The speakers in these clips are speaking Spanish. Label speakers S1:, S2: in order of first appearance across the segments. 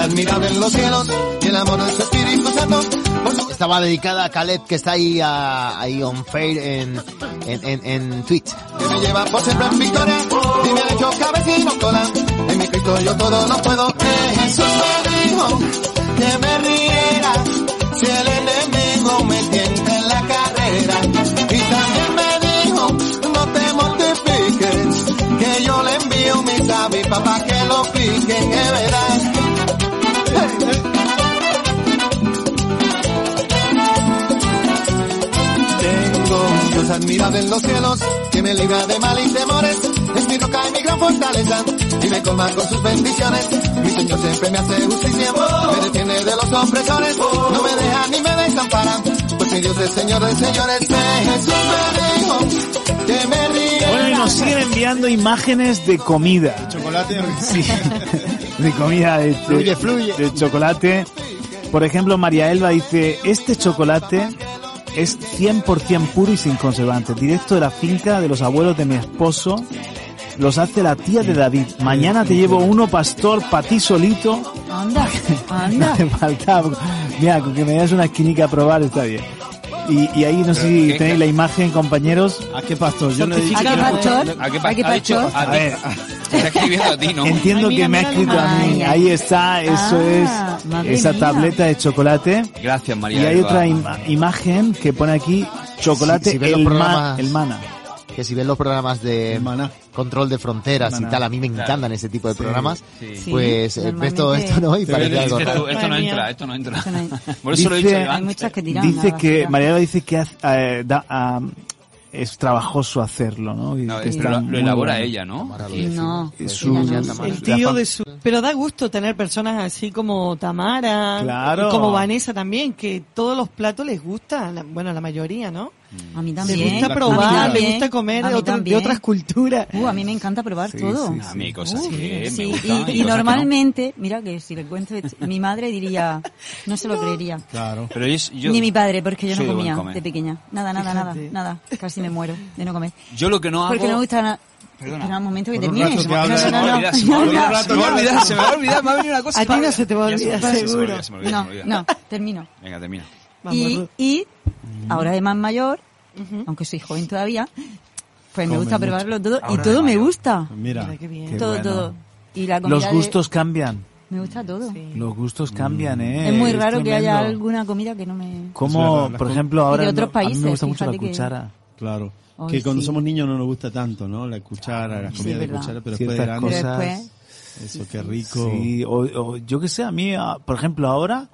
S1: admirable en los cielos y el amor de su espíritu santo. Por su-
S2: Estaba dedicada a Caleb, que está ahí, a, ahí on fair en, en, en, en Twitch.
S1: que me lleva por siempre en victoria y me ha hecho cabecino cola. En mi Cristo yo todo lo puedo. Que Jesús me dijo que me riera si el enemigo me tienta en la carrera. Y también me dijo, no te mortifiques, que yo le envío mis avispas para que lo piquen, es verdad. Tengo un Dios admirable en los cielos, que me libra de mal y temores, es mi roca y mi gran fortaleza, y me colma con sus bendiciones. Mi Señor siempre me hace justicia, me detiene de los opresores, no me deja ni me desampara, pues mi Dios es Señor de señores, de Jesús me dijo que me ríe.
S3: Bueno, y nos siguen enviando imágenes de comida.
S4: Chocolate.
S3: Sí. De comida de, de-
S4: Fluye, fluye.
S3: de chocolate. Por ejemplo, María Elba dice, este chocolate es 100% puro y sin conservantes, directo de la finca de los abuelos de mi esposo. Los hace la tía de David. Mañana te llevo uno, pastor, para ti solito.
S5: Anda,
S3: No
S5: anda.
S3: hace falta. Mira, con que me das una esquinica a probar está bien. Y, y ahí no sé si tenéis la imagen, compañeros.
S4: ¿A qué pastor? Yo no he dicho
S5: ¿A qué
S4: que no-
S5: pastor?
S6: ¿A qué
S5: ¿A
S6: pastor?
S5: qué
S6: Ha dicho
S5: pastor?
S6: a
S3: A
S6: ti.
S3: ver.
S6: Te está escribiendo a ti, ¿no?
S3: Entiendo
S7: Ay, mira,
S3: que me
S7: mira la
S3: ha escrito a mí.
S5: imagen.
S3: Ahí está, eso
S5: Ah,
S3: es.
S5: madre
S3: Esa
S5: mía.
S3: tableta de chocolate.
S6: Gracias,
S3: Y
S6: María.
S3: hay
S6: Elba.
S3: otra ima- imagen que pone aquí chocolate
S2: Si- si ves los
S3: el, ma-
S2: programas-
S3: el mana.
S2: Que si ven los programas de
S4: El maná.
S2: control de fronteras
S3: Maná.
S2: y tal, a mí me encantan ese tipo de programas,
S5: Sí,
S2: pues eh, ves todo
S5: normalmente-
S2: esto, ¿no? Y
S4: Te
S2: parece
S4: viene-
S2: algo
S6: Dices
S2: raro.
S6: tú, esto no
S7: Madre mía.
S6: entra, esto no entra.
S5: Esto no entra.
S6: Por eso lo he
S3: Dice-
S6: dice, dicho yo
S5: Hay
S6: antes.
S5: muchas que tiran. a
S3: Dice
S5: la
S3: que,
S5: basura.
S3: Mariela dice que hace- eh, da- ah, es trabajoso hacerlo, ¿no? Y
S6: No,
S3: que
S6: es-
S3: está
S6: lo, lo
S3: muy
S6: elabora
S3: bueno.
S6: ella, ¿no?
S5: No. Ah,
S3: Su-
S5: ella no.
S3: Tamara.
S7: El tío de su... Pero da gusto tener personas así como Tamara,
S3: Claro.
S7: y como Vanessa también, que todos los platos les gusta, la- bueno, la mayoría, ¿no?
S5: A mí
S7: Les
S5: también.
S7: gusta
S4: la
S7: probar,
S4: cultura.
S7: les gusta comer
S5: A
S7: de,
S5: mí
S7: otro- de
S5: también.
S7: otras culturas.
S5: Uh, a mí me encanta probar
S3: Sí,
S5: todo.
S3: sí,
S6: A mí cosas
S5: Uh,
S6: que
S5: sí,
S6: Eh, me
S5: y-
S6: gustan.
S5: y,
S6: cosas que no.
S5: normalmente, mira que si le cuento, mi madre diría, no se lo creería.
S4: Claro.
S6: Pero yo, yo-
S5: Ni mi padre, porque yo
S6: soy
S5: no
S6: de buen
S5: comía
S6: comer.
S5: de pequeña. Nada, nada, nada,
S7: Fíjate.
S5: nada. Casi me muero de no comer.
S6: Yo lo que no hago...
S5: Porque no me gusta nada.
S6: Perdona.
S5: Espera un momento que
S4: Por un
S5: termine.
S4: rato que
S5: No,
S4: habla,
S5: no,
S6: Se me va a
S5: no,
S6: olvidar, se me va a
S5: no,
S6: olvidar, se
S5: no.
S6: me va a olvidar, se me va a olvidar, me va a venir una cosa.
S7: A ti no se te va a
S6: Ya
S7: olvidar,
S6: se me olvida,
S7: seguro.
S6: se me olvida, se
S5: No,
S6: me olvida.
S5: no, termino.
S6: Venga, termina.
S7: Vamos,
S5: Y,
S7: Ruth.
S5: y ahora de más mayor, aunque soy joven todavía, pues me
S4: Come
S5: gusta
S4: mucho.
S5: probarlo todo y
S6: Ahora de
S5: todo me
S6: mayor.
S5: gusta.
S4: Mira.
S7: Mira qué bien.
S3: Qué
S5: Todo,
S3: bueno.
S5: todo. Y la comida
S3: Los
S5: de-
S3: gustos cambian.
S5: Me gusta todo.
S3: Los gustos
S7: Mm.
S3: cambian, ¿eh?
S5: Es muy raro que haya
S3: tremendo.
S5: alguna comida que no me...
S4: Es
S3: Como,
S4: verdad, las
S3: por
S4: com-
S3: ejemplo,
S5: Y de
S3: ahora no-
S5: otros
S3: a mí me
S5: países,
S3: gusta mucho la
S5: fíjate que-
S3: cuara.
S4: Claro.
S5: Ay,
S4: que cuando
S5: sí.
S4: somos niños no nos gusta tanto, ¿no? La cuchara, las
S5: Sí,
S4: comidas de
S5: verdad.
S4: cuchara, pero después de
S3: Ciertas
S4: grande,
S5: Pero
S3: cosas.
S5: después-
S4: eso, qué rico.
S3: Sí, o, o yo que sé, a mí, ah, por ejemplo, ahora,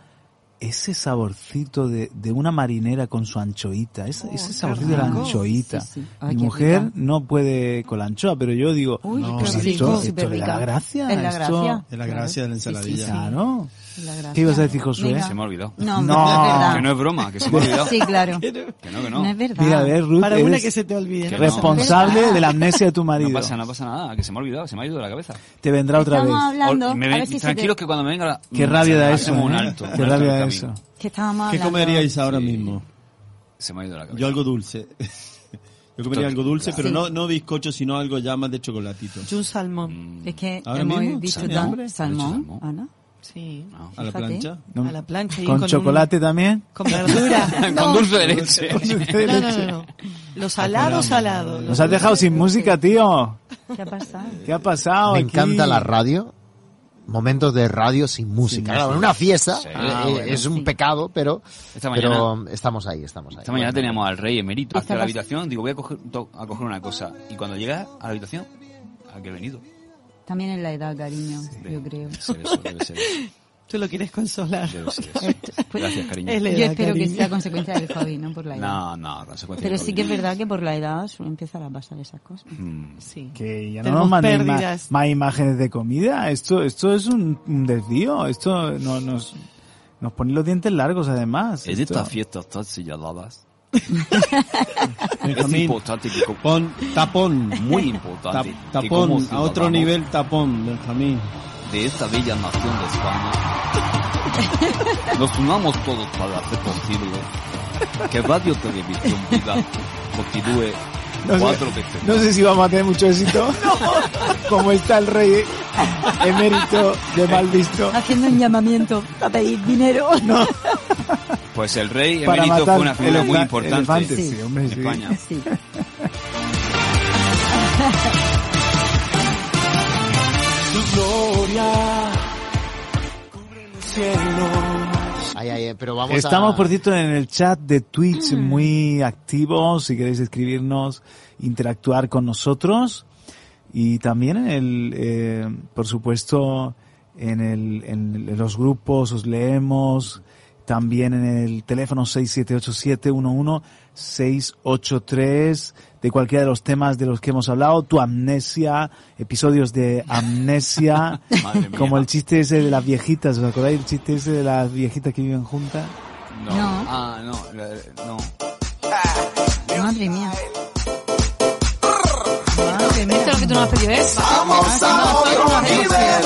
S3: ese saborcito de, de una marinera con su anchoita, ese, ese saborcito de la
S5: Oh, rico.
S3: anchoita.
S5: Sí, sí.
S3: Mi
S5: Ay, qué
S3: mujer
S5: rica.
S3: no puede con la anchoa, pero yo digo,
S5: Uy,
S4: No,
S5: qué
S3: pues
S4: sí,
S5: rico,
S3: esto,
S4: sí,
S3: esto
S5: súper
S3: le da
S5: rica.
S3: gracia.
S5: Es la
S3: esto-
S5: gracia.
S4: Es la gracia de la
S5: Sí, sí,
S4: ensaladilla.
S5: sí.
S3: Claro.
S5: Es la gracia.
S3: ¿Qué ibas a decir, Josué?
S5: Venga.
S6: Se me ha olvidado.
S5: No,
S3: No.
S5: no, es verdad.
S6: Que no es broma, que se me ha olvidado.
S5: Sí, claro.
S6: Que no, que
S5: No,
S6: no.
S5: es verdad.
S3: Mira, a ver, Ruth,
S7: Para una
S3: eres
S7: que se te olvide.
S6: Que no.
S3: responsable de la amnesia de tu marido.
S6: No pasa, no pasa nada, que se me ha olvidado, se me ha ido de la cabeza.
S3: Te vendrá otra vez.
S5: Estamos hablando,
S6: Ol- me
S5: a
S6: ven-
S5: ver si se
S6: tranquilos
S5: te-
S6: que cuando Mm, me venga la...
S3: Qué rabia da eso.
S6: Hacemos un
S3: ¿eh?
S6: alto. un
S3: Qué
S6: alto
S3: rabia da
S6: camino.
S3: eso.
S5: que estábamos
S4: ¿Qué
S5: hablando.
S4: comeríais ahora
S6: Sí.
S4: mismo?
S6: Se me ha ido de la cabeza.
S4: Yo algo dulce. Yo comería algo dulce, pero
S5: Sí.
S4: no, no bizcocho, sino algo ya más de chocolatito.
S7: Yo un salmón.
S6: Mm,
S5: Es que
S4: ¿Ahora
S5: hemos
S4: mismo?
S5: dicho
S4: ¿Salmón?
S5: tan-
S4: ¿Hombre?
S5: salmón,
S6: ¿Salmón?
S5: Ana.
S7: Sí.
S6: no.
S4: A la
S5: Fíjate.
S4: plancha.
S3: No.
S7: A la plancha. y
S3: ¿Con,
S7: un-
S3: chocolate también?
S7: con verdura.
S6: Con dulce de leche.
S7: No, no, no, no. Lo salado, salado.
S3: Nos has dejado sin música, tío.
S5: ¿Qué ha pasado?
S3: ¿Qué ha pasado?
S2: Me
S3: aquí?
S2: encanta la radio. Momentos de radio sin música. Claro, en una fiesta
S6: Sí.
S2: eh,
S6: Ah, bueno,
S2: es un pecado, pero,
S6: Esta
S2: pero estamos ahí, estamos ahí.
S6: Esta mañana teníamos al rey emerito
S5: Esta
S6: hacia la
S5: pas-
S6: habitación. Digo, voy a coger, to- a coger una cosa. Y cuando llega a la habitación, ¿a qué he venido?
S5: También en la edad, cariño, yo creo.
S6: Debe ser eso, debe ser eso,
S7: Tú lo quieres consolar.
S6: debe ser eso.
S5: Esto- pues-
S6: Gracias, cariño.
S7: Es la
S5: Yo
S7: edad,
S5: espero que
S7: cariño.
S5: sea consecuencia del hobby, no por la edad.
S6: No, no, consecuencia
S5: Pero
S6: de
S5: sí
S6: COVID.
S5: que es verdad que por la edad suelen empezar a pasar esas cosas.
S6: Mm,
S7: Sí.
S3: Que ya no
S7: Tenemos
S3: nos manden ma- más,
S7: pérdidas.
S3: imágenes de comida. Esto, esto es un, un desvío. Esto no- nos, nos pone los dientes largos, además.
S6: En
S3: Esto-
S6: estas fiestas tan señaladas, es
S4: Benjamín,
S6: importante que... co-
S4: pon, tapón.
S6: Muy importante.
S4: Ta-
S6: que como
S4: tapón, a
S6: ciudadanos
S4: otro nivel tapón, Benjamín.
S6: De esta bella nación de España. Nos unamos todos para hacer posible que Radio Televisión Vida continúe
S3: No sé,
S6: Cuatro veces.
S3: no sé si vamos a tener mucho éxito. Como está el rey emérito de mal visto.
S8: Haciendo un llamamiento a pedir dinero.
S6: Pues el rey
S3: Para
S6: emérito
S3: matar
S6: fue una figura muy
S3: elefa-
S6: importante
S3: elefantes,
S8: sí,
S3: hombre,
S6: en
S3: sí.
S6: España.
S8: Sí.
S9: Tu gloria cubre los cielos.
S2: Ay, ay, eh, pero vamos
S3: Estamos,
S2: a...
S3: por cierto, en el chat de Twitch muy activos. Si queréis escribirnos, interactuar con nosotros. Y también en el, eh, por supuesto, en, el, en el- los grupos os leemos. También en el teléfono 678-711-683 de cualquiera de los temas de los que hemos hablado. Tu amnesia, episodios de amnesia.
S6: Madre mía.
S3: Como el chiste ese de las viejitas, ¿os acordáis? El chiste ese de las viejitas que viven juntas.
S6: No.
S8: No.
S6: Ah, no, la- no.
S8: Madre mía.
S5: Madre mía.
S8: Esto es lo que tú no has pedido, ¿eh?
S9: Vamos a otro nivel.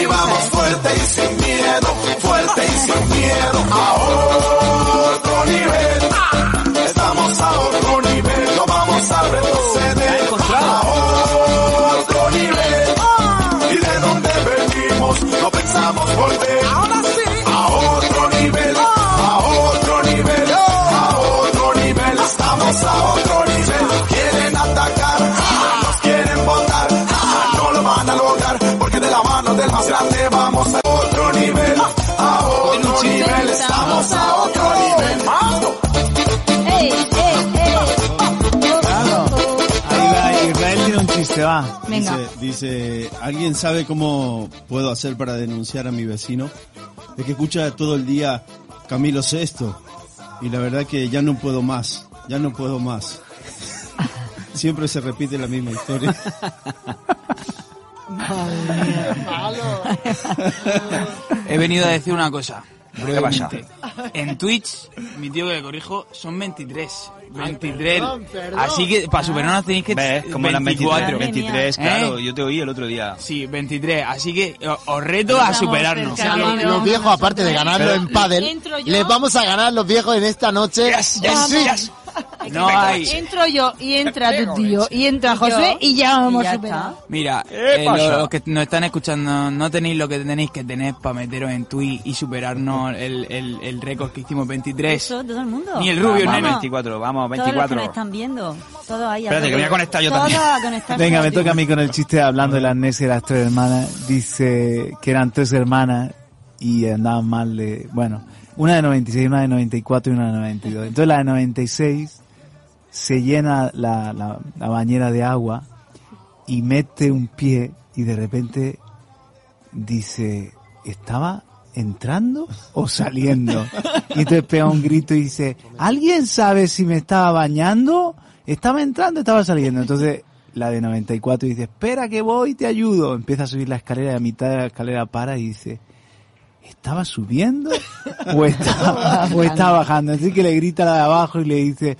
S9: Vivamos fuerte y sin miedo, fuerte y sin miedo. A otro nivel. Estamos a otro nivel. No vamos a retroceder. A otro nivel. Y de donde venimos, no pensamos volver. Ahora sí. A otro nivel. A otro nivel. A otro nivel. Estamos a otro nivel. Nos quieren atacar. Nos quieren votar. No lo van a lograr. Porque de la mano del más grande vamos a otro nivel. A otro nivel. Estamos a otro nivel. Vamos.
S8: ¡Ey, ey, ey!
S3: Ahí va, Israel tiene un chiste, va.
S8: Venga.
S4: Dice, dice, ¿alguien sabe cómo puedo hacer para denunciar a mi vecino? Es que escucha todo el día Camilo Sexto y la verdad que ya no puedo más, ya no puedo más. Siempre se repite la misma historia.
S10: He venido a decir una cosa. ¿Qué pasa? En Twitch, mi tío que le corrijo, son 23. 23. Así que para superarnos tenéis que...
S6: ¿Ves? Como las 24, 23,
S8: Madre
S10: mía.
S6: claro.
S10: ¿Eh?
S6: Yo te oí el otro día.
S10: Sí, 23. Así que o- os reto a
S5: Estamos
S10: superarnos.
S2: O sea, lo-
S5: Pero
S2: los viejos,
S5: vamos a
S2: aparte de ganarlo en pádel,
S8: Entro yo.
S2: les vamos a ganar los viejos en esta noche.
S10: Yes, yes,
S2: Sí.
S10: yes. No
S6: pues.
S10: hay...
S8: Entro yo y entra tu tío y entra José y ya vamos
S5: Y ya
S8: a superar.
S10: Mira,
S6: ¿Qué
S10: eh,
S6: pasa?
S10: lo- los que nos están escuchando, no tenéis lo que tenéis que tener para meteros en Twitch y superarnos el, el, el récord que hicimos 23.
S8: Eso, todo el mundo.
S10: Ni el rubio,
S6: vamos,
S10: nene.
S6: 24, Ah, vamos,
S8: Todos los que nos
S6: 24.
S8: están viendo. Todos ahí.
S6: Espérate, que me voy a conectar yo también.
S8: Todos a conectarse
S3: Venga, me
S8: contigo.
S3: toca a mí con el chiste hablando de la amnesia de las tres hermanas. Dice que eran tres hermanas y andaban mal de... Bueno, una de 96, una de 94 y una de 92. Entonces la de 96 se llena la, la- la bañera de agua y mete un pie y de repente dice, ¿estaba entrando o saliendo? Y entonces pega un grito y dice, ¿alguien sabe si me estaba bañando? ¿Estaba entrando o estaba saliendo? Entonces la de 94 dice, espera que voy y te ayudo. Empieza a subir la escalera y a mitad de la escalera para y dice, ¿estaba subiendo o estaba, o estaba bajando? Así que le grita la de abajo y le dice,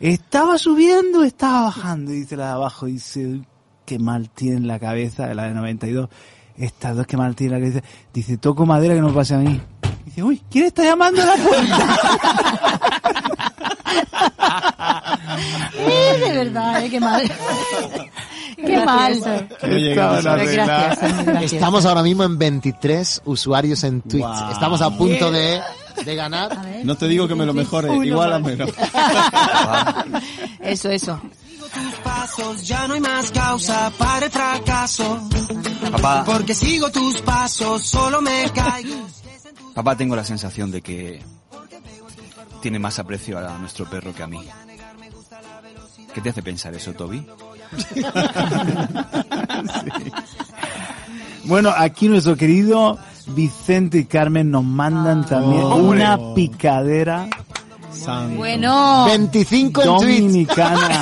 S3: ¿estaba subiendo o estaba bajando? Y dice la de abajo, dice, "Uy, qué mal tiene la cabeza de la de 92. Estas dos que mal tiene la cabeza. Dice, toco madera que no me pase a mí. Dice, uy, ¿quién está llamando a la puerta?
S8: Eh, de verdad, eh, qué mal. qué mal. eh,
S3: Estaban
S8: Pero es gracioso, es muy gracioso.
S2: Estamos ahora mismo en 23 usuarios en Twitch.
S4: Wow.
S2: Estamos a punto de, de ganar.
S8: A ver.
S4: No te digo que me lo mejore,
S5: Uno
S4: igual a
S5: más.
S4: menos.
S8: Eso, eso.
S9: Tus pasos, ya no hay más causa para el fracaso.
S6: Papá,
S9: Porque sigo tus pasos, solo me caigo.
S6: papá, tengo la sensación de que tiene más aprecio a nuestro perro que a mí. ¿Qué te hace pensar eso, Toby?
S3: Bueno, aquí nuestro querido Vicente y Carmen nos mandan también una picadera
S4: Santo.
S8: Bueno.
S2: 25 en Twitch.
S3: dominicana.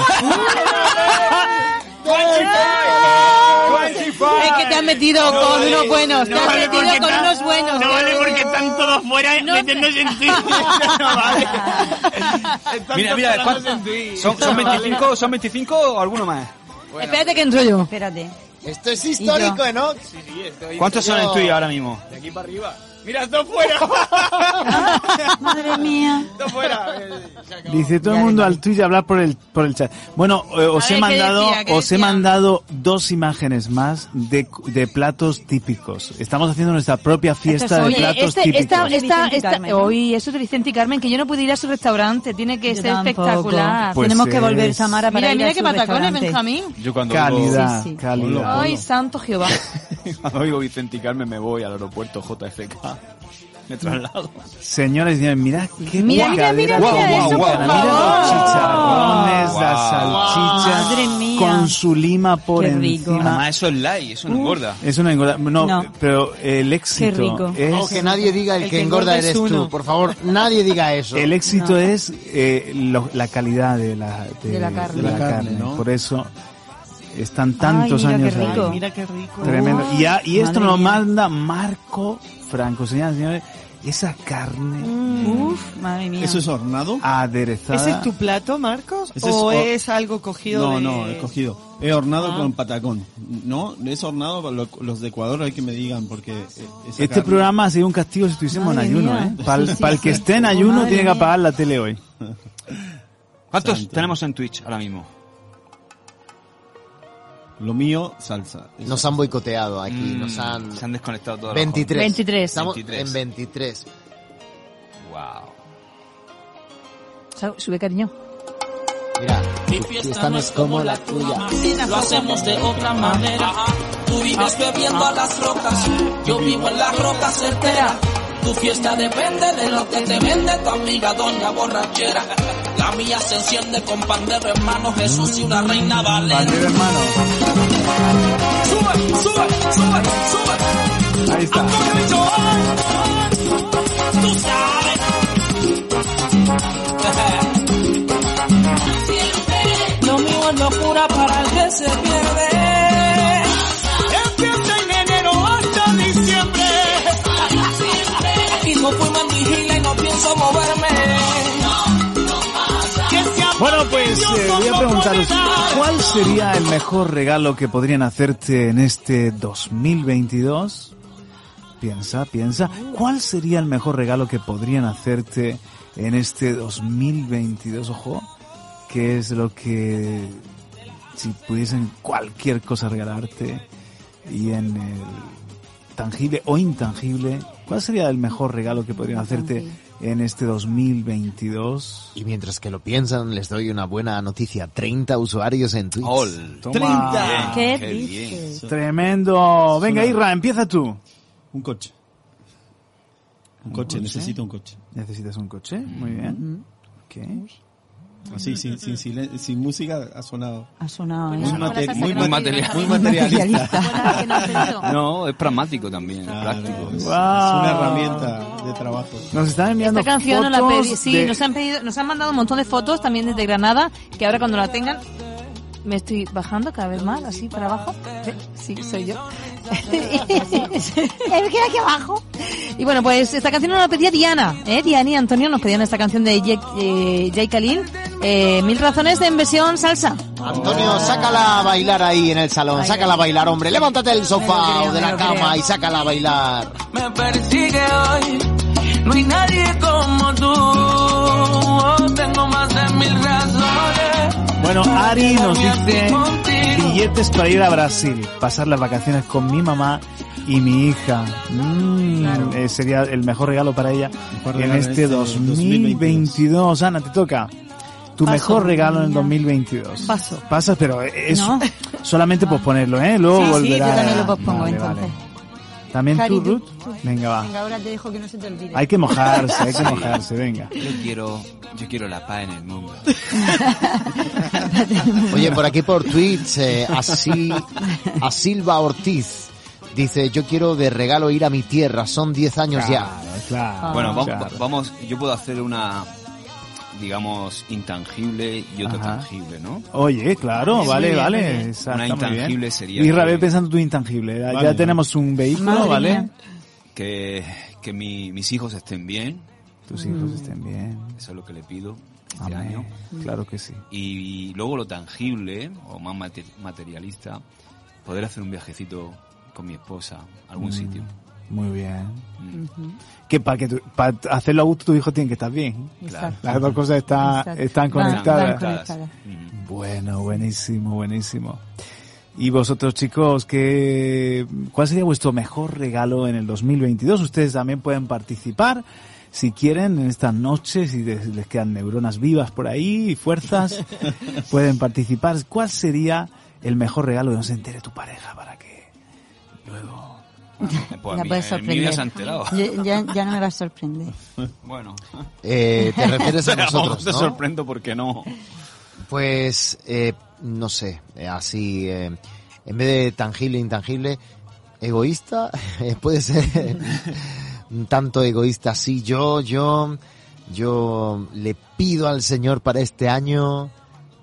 S5: Es que te has metido con unos buenos, te has metido con unos buenos.
S10: No
S8: ¿eh?
S5: te
S10: vale
S5: has
S10: porque
S5: metido-
S10: están todos fuera metiéndose en ti. No vale.
S8: Ah,
S6: Mira, mira, ¿cuántos- ¿Son, son 25, son 25 o alguno más?
S5: Espérate que entro yo.
S8: Espérate.
S2: Esto es histórico, ¿no?
S6: ¿Cuántos son en tuyo ahora mismo?
S10: Mira, dos fuera.
S5: Madre mía.
S10: dos fuera. Eh, se acabó.
S3: Dice todo el
S5: Ya,
S3: mundo
S5: ya.
S3: al Twitch a hablar por el, por el chat. Bueno, eh, os
S8: A
S3: he
S8: ver, ¿qué
S3: mandado,
S8: decía? ¿Qué
S3: os he
S8: decía?
S3: mandado dos imágenes más de, de platos típicos. Estamos haciendo nuestra propia fiesta de
S5: Oye,
S3: platos
S8: este-
S3: típicos.
S8: esta,
S5: Vicente
S8: esta,
S5: y
S8: esta-
S5: Carmen, ¿no?
S8: Uy, eso de Vicente y Carmen, que yo no pude ir a su restaurante, tiene que
S5: Yo
S8: ser
S5: tampoco.
S8: espectacular.
S3: Pues
S5: Tenemos que
S3: es-
S5: volver, Samara, para
S8: mira,
S5: ir
S8: mira
S5: a
S8: qué
S5: su
S8: patacones,
S5: restaurante.
S8: Benjamín.
S6: Yo cuando
S3: Calidad,
S5: Sí, sí.
S3: calidad.
S8: Ay, santo Jehová.
S6: oigo, cuando oigo Vicente y Carmen me voy al aeropuerto JFK. Me traslado.
S3: Señores y señores, mirad qué
S8: Mira, mira,
S3: bocadera
S8: mira,
S3: de
S8: mira
S3: bacalao.
S8: eso, por
S3: Mira los
S8: favor.
S3: chicharrones, las
S5: Wow.
S3: salchichas
S5: Madre mía.
S3: con su lima por
S5: Qué rico.
S3: encima.
S6: Además, eso es light, eso no engorda.
S3: Es una engorda. No,
S5: No.
S3: pero el éxito
S5: rico.
S3: es...
S2: O que nadie diga el, que, engorda,
S7: es
S2: eres
S7: uno.
S2: tú. Por favor, nadie diga eso.
S3: El éxito
S5: No.
S3: es eh, lo- la calidad de la,
S8: De la carne.
S3: de la
S4: De la
S3: carne.
S4: carne, ¿no?
S3: Por eso están tantos
S5: mira qué
S3: años
S5: rico.
S3: ahí.
S7: Mira qué rico.
S3: Tremendo.
S5: Uy,
S3: y, a- y esto
S5: madre
S3: nos lo
S5: mía.
S3: manda Marco Franco. Señoras y señores, esa carne
S5: Mm. Uf, madre mía.
S4: ¿Eso es hornado?
S3: Ah, aderezada.
S7: ¿Ese es tu plato, Marcos?
S4: Ese es
S7: ¿O
S4: o-
S7: es algo cogido
S4: No,
S7: de-
S4: no, he cogido. He hornado
S7: Ah.
S4: con patacón. No, es hornado, lo- los de Ecuador hay que me digan porque... eh, esa
S3: Este
S4: carne-
S3: programa ha sido un castigo si estuviésemos en
S5: Madre
S3: ayuno,
S5: mía.
S3: ¿eh? Para el que esté en ayuno
S5: Madre
S3: tiene que
S5: mía.
S3: apagar la tele hoy.
S6: ¿Cuántos
S4: Santo.
S6: tenemos en Twitch ahora mismo?
S4: Lo mío, salsa. Eso.
S2: Nos han boicoteado aquí,
S6: Mm,
S2: nos han...
S6: se han desconectado todos.
S2: 23.
S8: 23.
S2: Estamos
S6: 23.
S2: en 23.
S6: Wow.
S8: Sa- Sube, cariño.
S2: Mira,
S9: Mi
S2: tu
S9: fiesta
S2: fiesta no es como la tuya.
S9: Lo hacemos de otra manera. Tú vives bebiendo a las rocas. Yo vivo en la roca certera. Tu fiesta depende de lo que te vende tu amiga doña borrachera. La mía se enciende con pandero en mano, Jesús y una reina valera.
S3: hermano.
S9: Sube, sube, sube, sube.
S3: Ahí está.
S9: Acoge mi show. Tú sabes. Lo mío es locura para el que se pierde. Empieza en enero hasta diciembre. Y no fui mandigila y no pienso moverme. Que sea
S3: Bueno, pues eh, voy a preguntaros,
S9: comprometida.
S3: ¿cuál sería el mejor regalo que podrían hacerte en este 2022? Piensa, piensa, ¿cuál sería el mejor regalo que podrían hacerte en este 2022? Ojo, que es lo que si pudiesen cualquier cosa regalarte y en el tangible o intangible, ¿cuál sería el mejor regalo que podrían hacerte en este 2022?
S2: Y mientras que lo piensan, les doy una buena noticia. 30 usuarios en Twitch.
S6: All.
S3: Toma.
S5: Ah, ¿Qué,
S6: Qué
S5: dices?
S3: Tremendo. Venga, Irra, empieza tú.
S4: Un coche. Un,
S3: ¿Un
S4: coche,
S3: coche?
S4: necesito un coche.
S3: ¿Necesitas un coche? Muy
S8: Mm.
S3: bien. Ok.
S4: Así, sin, sin, silen- sin música ha sonado.
S5: Ha sonado,
S4: Muy,
S5: ¿eh?
S8: no,
S4: materi-
S8: las
S4: muy,
S8: sacaron
S4: materi-
S6: directamente.
S4: muy materialista.
S6: No, es pragmático también, es
S4: Claro,
S6: práctico.
S4: es, es
S3: Wow.
S4: una herramienta de trabajo.
S3: Nos están enviando
S8: Esta canción no
S3: fotos
S8: la pedí. Sí,
S3: de-
S8: nos, han pedido, nos han mandado un montón de fotos también desde Granada, que ahora cuando la tengan me estoy bajando cada vez más, así para abajo. Sí, soy yo. es que aquí abajo. Y bueno, pues esta canción nos la pedía Diana. ¿eh? Diana y Antonio nos pedían esta canción de Jake, eh, Jay Khalil. eh, Mil razones en versión salsa.
S2: Antonio, sácala a bailar ahí en el salón. Sácala a bailar, hombre. Levántate del
S8: Me lo
S2: sofá
S8: creo,
S2: o de
S8: me
S2: la
S8: lo creo.
S2: cama y sácala a bailar.
S9: me persigue hoy. No hay nadie como tú. Tengo más de mil razones.
S3: Bueno, Ari nos dice
S9: Contigo.
S3: billetes para ir a Brasil, pasar las vacaciones con mi mamá y mi hija. Mm, eh, sería el mejor regalo para ella
S4: Mejor
S3: en
S4: regalo
S3: este
S4: este
S3: 2022.
S4: 2022.
S3: Ana, te toca. Tu
S8: Paso,
S3: mejor regalo en el
S8: niña.
S3: 2022.
S7: Paso.
S3: Pasas, pero es
S8: No.
S3: solamente posponerlo, ¿eh? Luego
S7: Sí, sí,
S3: volverá.
S7: yo
S5: también lo pospongo,
S3: Vale,
S5: entonces.
S3: vale. ¿También
S5: Cari,
S3: tú,
S5: tú-
S3: Ruth? Venga, va.
S5: Venga, ahora te dejo que no se te olvide.
S3: Hay que mojarse, hay que mojarse, venga.
S6: Yo quiero, yo quiero la paz en el mundo.
S2: Oye, por aquí por Twitch, eh, así, a Silva Ortiz dice, yo quiero de regalo ir a mi tierra. Son 10 años ya.
S3: Claro, claro,
S6: Bueno, vamos,
S3: claro.
S6: vamos, yo puedo hacer una, digamos, intangible y otra
S3: Ajá.
S6: tangible, ¿no?
S3: Oye, claro, vale, vale. Exacto,
S6: Una
S3: muy bien.
S6: intangible sería
S3: Irra,
S6: que-
S3: ve pensando tu intangible. Ya-
S4: Vale.
S3: Ya tenemos un vehículo,
S5: Madre
S3: ¿vale?
S5: mía.
S6: Que, que mi- mis hijos estén bien,
S3: Tus hijos estén bien.
S6: eso es lo que le pido este
S3: Amén.
S6: año.
S3: Claro que sí.
S6: Y luego lo tangible, o más
S3: Mm.
S6: mate- materialista, poder hacer un viajecito con mi esposa a algún sitio. Mm.
S3: Muy bien. Que para que tu- para hacerlo a gusto tu hijo tiene que estar bien.
S5: Exacto.
S3: Las dos cosas está-
S5: Exacto.
S3: están
S5: Van- van
S3: conectadas.
S5: conectadas.
S6: Mm.
S3: Bueno, buenísimo, buenísimo. Y vosotros chicos, ¿qué, ¿cuál sería vuestro mejor regalo en el 2022? Ustedes también pueden participar si quieren en estas noches, si les, les quedan neuronas vivas por ahí y fuerzas, pueden participar. ¿Cuál sería el mejor regalo que no se entere tu pareja para que luego...
S6: Pues a
S5: la
S6: mí- en
S5: puedes
S6: mi
S5: sorprender.
S6: vida se ha enterado.
S5: Ya, ya- ya no me va a sorprender.
S6: Bueno.
S2: Eh, te refieres a
S6: Pero
S2: nosotros,
S6: vamos, Te
S2: ¿no?
S6: sorprendo porque no.
S2: Pues, eh, no sé, eh, así, eh, en vez de tangible, intangible, egoísta, eh, puede ser un tanto egoísta. Sí, yo, yo, yo le pido al Señor para este año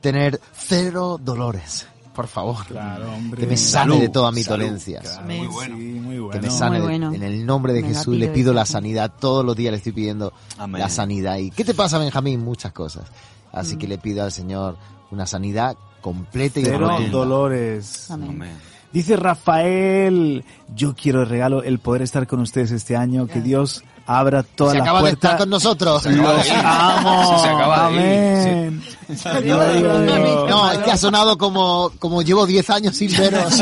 S2: tener cero dolores, por favor.
S3: Claro, hombre.
S2: Que me sane
S3: Salud,
S2: de todas mis
S3: salud,
S2: dolencias.
S3: claro, muy bueno. Sí, muy
S2: Que
S3: bueno.
S2: me sane. En el nombre de
S5: Me la
S2: Jesús le
S5: pido
S2: pido
S5: yo
S2: la
S5: también.
S2: sanidad. Todos los días le estoy pidiendo
S6: Amén.
S2: la sanidad. ¿Y qué te pasa, Benjamín? Muchas cosas. Así
S5: Mm.
S2: que le pido al Señor una sanidad completa y
S3: Cero
S2: rotunda.
S3: dolores.
S5: Amén.
S6: Amén.
S3: Dice Rafael, yo quiero el regalo, el poder estar con ustedes este año, que Dios abra todas
S2: Se
S3: las
S2: acaba de estar
S3: puertas.
S2: con nosotros.
S3: Los amo.
S6: Se acaba de ir.
S3: Amén. Adiós.
S2: No, es que ha sonado como, como llevo 10 años sin veros.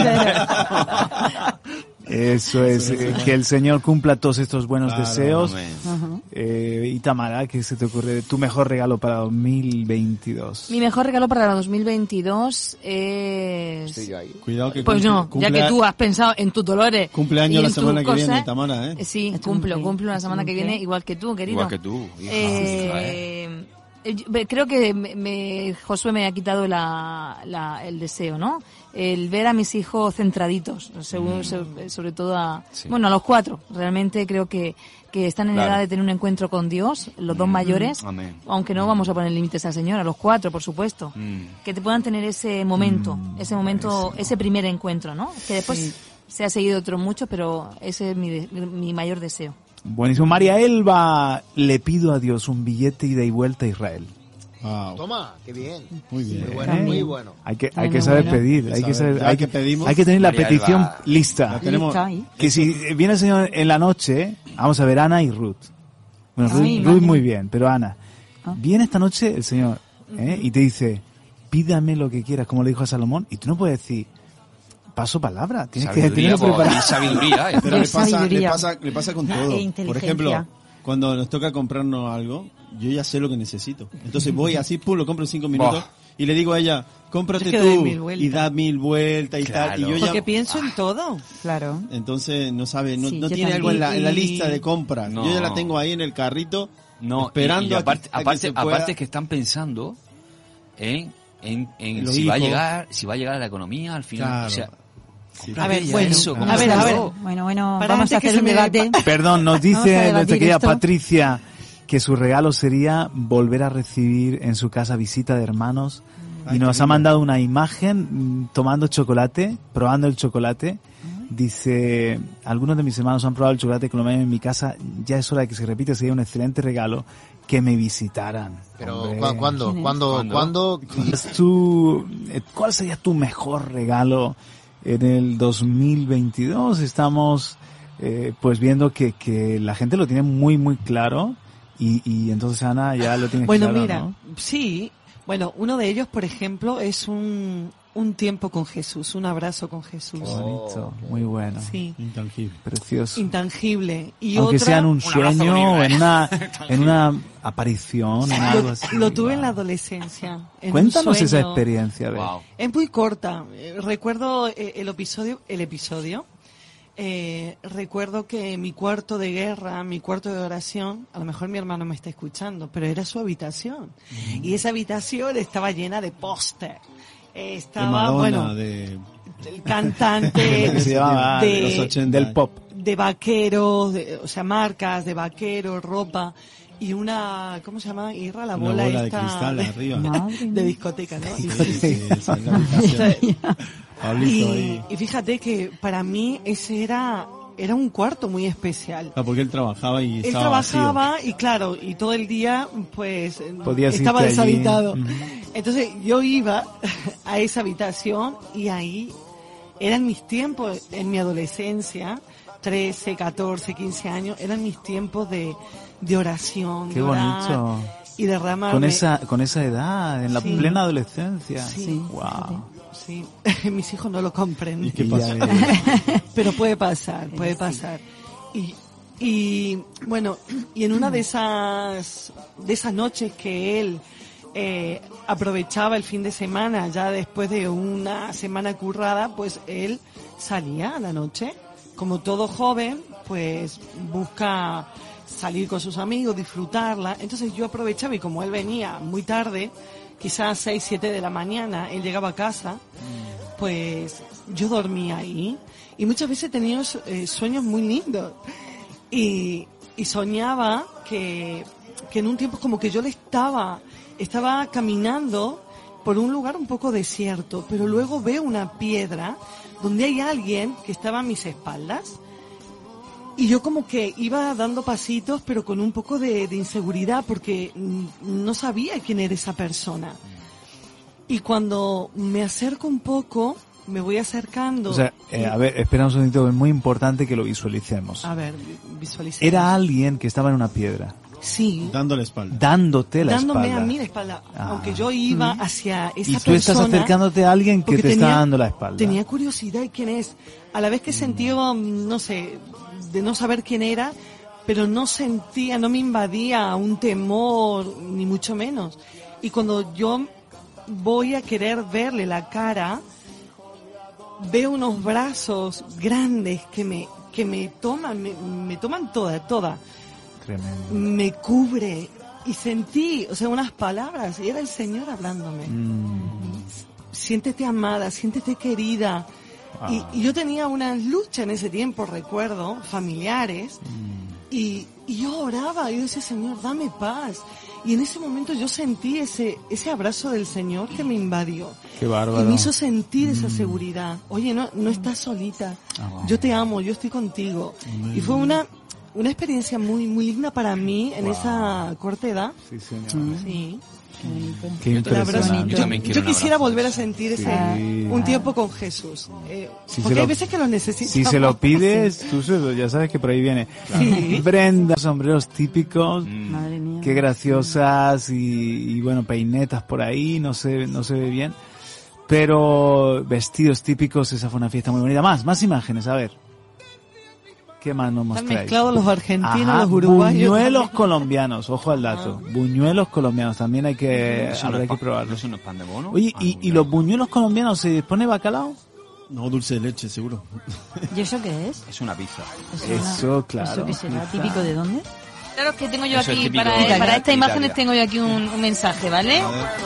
S3: Eso es, eh, que el Señor cumpla todos estos buenos
S4: Claro,
S3: deseos.
S6: Amén.
S8: Ah,
S3: Eh, y Tamara, ¿qué se te ocurre? Tu mejor regalo para 2022.
S8: Mi mejor regalo para 2022 es...
S2: Estoy yo ahí.
S4: Cuidado que
S8: Pues
S4: cumple-
S8: no, ya
S4: cumplea-
S8: que tú has pensado en tus dolores.
S4: Cumpleaños
S8: y
S4: la
S8: en tus
S4: semana que viene,
S8: cosas,
S4: Tamara, ¿eh?
S8: Sí,
S5: Esto
S8: cumplo,
S5: nunca.
S8: cumplo la semana
S5: Esto
S8: que
S5: nunca.
S8: viene, igual que tú, querido.
S6: Igual que tú, hija.
S8: Eh, yo- ve- creo que me, me- Josué me ha quitado la, la- el deseo, ¿no? El ver a mis hijos centraditos, según, so- sobre todo a,
S6: Sí.
S8: bueno, a los cuatro. Realmente creo que, que están en
S6: Claro. Mm.
S8: edad de tener un encuentro con Dios, los dos mayores,
S6: Amén.
S8: aunque no vamos a poner límites al Señor, a los cuatro, por supuesto.
S6: Mm.
S8: Que te puedan tener ese momento,
S3: Mm,
S8: ese momento, ese primer encuentro, ¿no? Que después se ha seguido otro mucho, pero ese es mi, de- mi mayor deseo.
S3: Buenísimo. María Elba, le pido a Dios un billete ida y vuelta a Israel.
S4: Wow,
S2: Toma, qué bien.
S4: muy bien.
S2: Bueno, muy bueno.
S3: Hay que, hay
S5: Bueno,
S3: que saber
S5: bueno.
S3: pedir, hay que saber,
S4: Ya
S3: hay,
S4: que pedimos-
S3: hay que tener la
S6: María
S3: petición
S6: Elba.
S3: lista.
S4: La tenemos.
S5: Está ahí.
S3: Que si viene el señor en la noche, vamos a ver Ana y Ruth. Bueno, Ruth,
S5: Ay,
S3: Ruth
S5: vale.
S3: muy bien, pero Ana,
S5: Ah.
S3: viene esta noche el señor ¿eh? y te dice, pídame lo que quieras, como le dijo a Salomón, y tú no puedes decir, paso palabra, tienes que
S6: Sabiduría,
S3: tenerlo
S6: por-
S3: preparado.
S6: sabiduría. eh.
S4: Pero le pasa, le,
S5: Sabiduría.
S4: pasa, le pasa con
S8: Ah,
S4: todo.
S5: E
S4: Por
S5: inteligencia.
S4: ejemplo, cuando nos toca comprarnos algo, yo ya sé lo que necesito. Entonces voy así, pum, lo compro en cinco minutos
S6: Buah.
S4: y le digo a ella, cómprate
S7: Es que doy
S4: tú
S7: mil vueltas.
S4: y da mil vueltas y tal.
S6: Claro.
S4: Y yo ya,
S7: Porque pienso en todo.
S5: Claro.
S4: entonces no sabe, no,
S5: Sí,
S4: no
S5: yo
S4: tiene
S5: también.
S4: algo en la, en la
S7: Y-
S4: lista de compras.
S6: No.
S4: Yo ya la tengo ahí en el carrito,
S6: No, y-
S4: esperando
S6: y
S4: a que-
S6: aparte,
S4: a que
S6: aparte,
S4: se pueda-
S6: aparte es que están pensando en, en, en
S4: Los
S6: si va a
S4: hijos.
S6: llegar, si va a llegar a la economía al final.
S4: Claro.
S6: O sea,
S4: Sí.
S7: A ver,
S6: ella
S7: bueno,
S6: eso, ¿cómo
S7: a ver,
S6: se
S7: a ver.
S6: lo-
S5: Bueno, bueno,
S7: Para
S5: vamos
S7: antes
S5: a
S7: que se
S5: hacer un
S7: me-
S5: debate.
S3: Perdón, nos
S5: Vamos a
S3: dice
S5: debatir
S3: nuestra querida
S5: esto.
S3: Patricia que su regalo sería volver a recibir en su casa visita de hermanos y
S4: Ay,
S3: nos
S4: qué
S3: ha
S4: lindo.
S3: mandado una imagen mm, tomando chocolate, probando el chocolate. Dice, algunos de mis hermanos han probado el chocolate que lo en mi casa, ya es hora de que se repita, sería un excelente regalo que me visitaran.
S2: Pero,
S3: Hombre.
S2: ¿cu- ¿cuándo?
S5: ¿Quién es?
S2: ¿Cuándo? ¿Cuándo?
S3: Es tu- eh, ¿Cuál sería tu mejor regalo en el 2022? Estamos eh, pues viendo que, que la gente lo tiene muy muy claro y, y entonces Ana ya lo tiene
S7: Bueno,
S3: claro.
S7: mira,
S3: ¿no?
S7: sí. Bueno, uno de ellos, por ejemplo, es un, un tiempo con Jesús, un abrazo con Jesús.
S3: Bonito, muy bueno,
S7: Sí.
S4: Intangible.
S3: precioso.
S7: Intangible. Y
S3: Aunque
S7: otra,
S3: sea en un
S10: un abrazo
S3: sueño
S10: bonito,
S3: o en
S10: ¿eh?
S3: una, en una aparición, en algo
S7: lo,
S3: así.
S7: lo tuve en la
S3: Wow.
S7: adolescencia. en un
S3: Cuéntanos esa
S7: sueño.
S3: experiencia. a ver.
S6: Wow.
S7: Es muy corta. Eh, Recuerdo eh, el episodio, el episodio. Eh, recuerdo que mi cuarto de guerra, mi cuarto de oración, a lo mejor mi hermano me está escuchando, pero era su habitación.
S4: Mm.
S7: Y esa habitación estaba llena de póster. Eh,
S4: De
S7: Estaba,
S4: Madonna,
S7: bueno,
S4: de...
S7: el
S3: Lo que
S7: cantante
S3: se llamaba
S7: de-
S4: los 80.
S3: del pop.
S7: de vaqueros, de- o sea, marcas de vaqueros, ropa y una, ¿cómo se llama? Irra la
S4: Una
S7: bola,
S4: bola de
S7: esta
S4: cristal arriba.
S7: de, discoteca, ¿no? Sí, sí, sí.
S4: Sí, esa es la habitación. Pablito
S7: Y,
S4: ahí.
S7: y fíjate que para mí ese era era un cuarto muy especial.
S4: Ah, porque él trabajaba y
S7: Él
S4: estaba
S7: trabajaba y claro, y todo el día pues
S3: Podías
S7: estaba
S3: irte allí.
S7: deshabitado.
S3: Ujú.
S7: Entonces yo iba a esa habitación y ahí eran mis tiempos en mi adolescencia, 13, 14, 15 años, eran mis tiempos de, de oración,
S3: Qué
S7: de orar
S3: bonito.
S7: y derramar
S3: Con esa, con esa edad, en la
S7: Sí.
S3: plena adolescencia.
S7: Sí.
S3: Wow.
S7: Sí, mis hijos no lo comprenden.
S3: ¿Y qué pasa? Ya
S7: Pero puede pasar, puede pasar. Y, y, bueno, y en una de esas, de esas noches que él eh, aprovechaba el fin de semana, ya después de una semana currada, pues él salía a la noche. Como todo joven, pues busca salir con sus amigos, disfrutarla. Entonces yo aprovechaba y como él venía muy tarde, quizás 6, 7 de la mañana, él llegaba a casa, pues yo dormía ahí y muchas veces tenía eh, sueños muy lindos y, y soñaba que, que en un tiempo como que yo le estaba, estaba caminando por un lugar un poco desierto, pero luego veo una piedra donde hay alguien que estaba a mis espaldas y yo como que iba dando pasitos, pero con un poco de, de inseguridad, porque mm, no sabía quién era esa persona. Y cuando me acerco un poco, me voy acercando.
S3: O sea, eh, a ver, espera un segundito, es muy importante que lo visualicemos.
S7: A ver, vi- visualicemos.
S3: Era alguien que estaba en una piedra,
S7: Sí,
S4: Dando la espalda.
S3: dándote la
S7: dándome
S3: espalda.
S7: a mí la espalda.
S3: Ah.
S7: Aunque yo iba hacia esa
S3: y tú estás
S7: persona,
S3: acercándote a alguien que
S7: porque
S3: te está
S7: tenía-
S3: dando la espalda.
S7: Tenía curiosidad de quién es. A la vez que sentía, mm, no sé, de no saber quién era, pero no sentía, no me invadía un temor, ni mucho menos. Y cuando yo voy a querer verle la cara, veo unos brazos grandes que me, que me toman, me, me toman toda, toda
S3: Tremendo.
S7: me cubre y sentí, o sea, unas palabras y era el Señor hablándome. Siéntete amada, siéntete querida. Y, y yo tenía unas luchas en ese tiempo, recuerdo, familiares, y, y yo oraba, y yo decía, Señor, dame paz. Y en ese momento yo sentí ese, ese abrazo del Señor que me invadió.
S3: Qué bárbaro.
S7: Y me hizo sentir esa seguridad. Oye, no, no estás solita.
S3: Ah,
S7: Yo te amo, yo estoy contigo. Y fue una, una experiencia muy, muy digna para mí en esa corta edad.
S3: Sí, señor.
S7: Sí.
S3: Qué
S7: La verdad,
S3: impresionante.
S6: Yo también quiero
S7: yo
S6: un
S7: quisiera
S6: abrazo.
S7: volver a sentir ese,
S3: Sí.
S7: un tiempo con Jesús. Eh,
S3: Si
S7: porque
S3: se lo-
S7: hay veces que lo necesitamos.
S3: Si se lo pides, tú se lo- ya sabes que por ahí viene.
S7: Sí.
S3: Brenda, sombreros típicos,
S6: Mm.
S5: Madre mía.
S3: qué graciosas y, y, bueno, peinetas por ahí, no se, no se ve bien. Pero vestidos típicos, esa fue una fiesta muy bonita. Más, más imágenes, a ver. ¿Qué más nos
S7: Están
S3: mostráis?
S7: mezclados los argentinos,
S3: Ajá,
S7: los uruguayos. Ah.
S3: Buñuelos colombianos, ojo al dato. Buñuelos colombianos, también hay
S4: Eh,
S3: que,
S6: Eso no
S3: habrá
S6: es
S3: que
S6: pa-
S3: probarlo.
S6: ¿No son unos pan de bono?
S3: Oye,
S6: Ah,
S3: ¿y, y
S6: bueno.
S3: los buñuelos colombianos se pone bacalao?
S4: No, dulce de leche, seguro.
S5: ¿Y eso qué es?
S6: Es una pizza.
S5: Eso,
S3: Eso, claro.
S5: ¿Eso qué será?
S3: Quizá.
S5: ¿Típico de dónde?
S8: Claro que tengo yo
S6: Eso es
S8: aquí,
S6: típico
S8: para,
S6: de
S8: para
S6: Italia.
S8: estas imágenes tengo yo aquí un, un mensaje, ¿vale?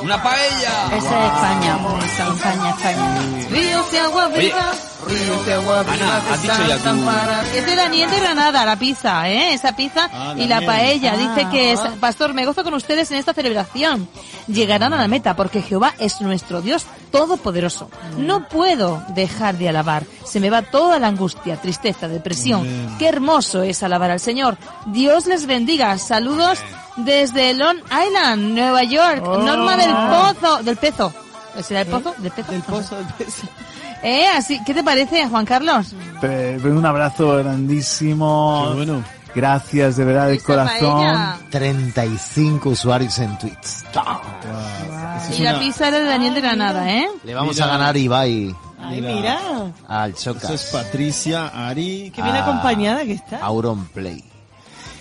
S6: ¡Una paella!
S5: Esa es España, esa es España, España.
S8: Ríos de agua viva.
S6: Ana, has dicho ya tú...
S8: Es de Daniel de Granada, la pizza, ¿eh? Esa pizza
S4: Ah,
S8: y la
S4: Daniel.
S8: paella. Dice
S5: Ah.
S8: que es, Pastor, me gozo con ustedes en esta celebración. Llegarán a la meta porque Jehová es nuestro Dios todopoderoso. No puedo dejar de alabar. Se me va toda la angustia, tristeza, depresión. Qué hermoso es alabar al Señor. Dios les bendiga. Saludos desde Long Island, Nueva York. Norma del Pozo, del Pezo. ¿Será el pozo? ¿Del pezo?
S7: Del pozo, del pozo.
S8: Eh, así, ¿qué te parece, Juan Carlos?
S3: Pe- pe- un abrazo grandísimo.
S4: Qué bueno.
S3: Gracias de verdad de
S8: Esa
S3: corazón.
S8: paella.
S2: 35 usuarios en tweets.
S4: Esa ah, es
S8: Y la
S4: una-
S8: pizza era de Daniel de Granada, ¿eh?
S2: Le vamos
S4: Mira.
S2: a ganar Ibai
S7: Ay,
S4: Mira.
S7: mira.
S2: al
S4: esa es
S2: Chocas.
S4: Patricia, Ari.
S7: Qué bien
S6: Ah.
S7: acompañada que está.
S2: Auron Play.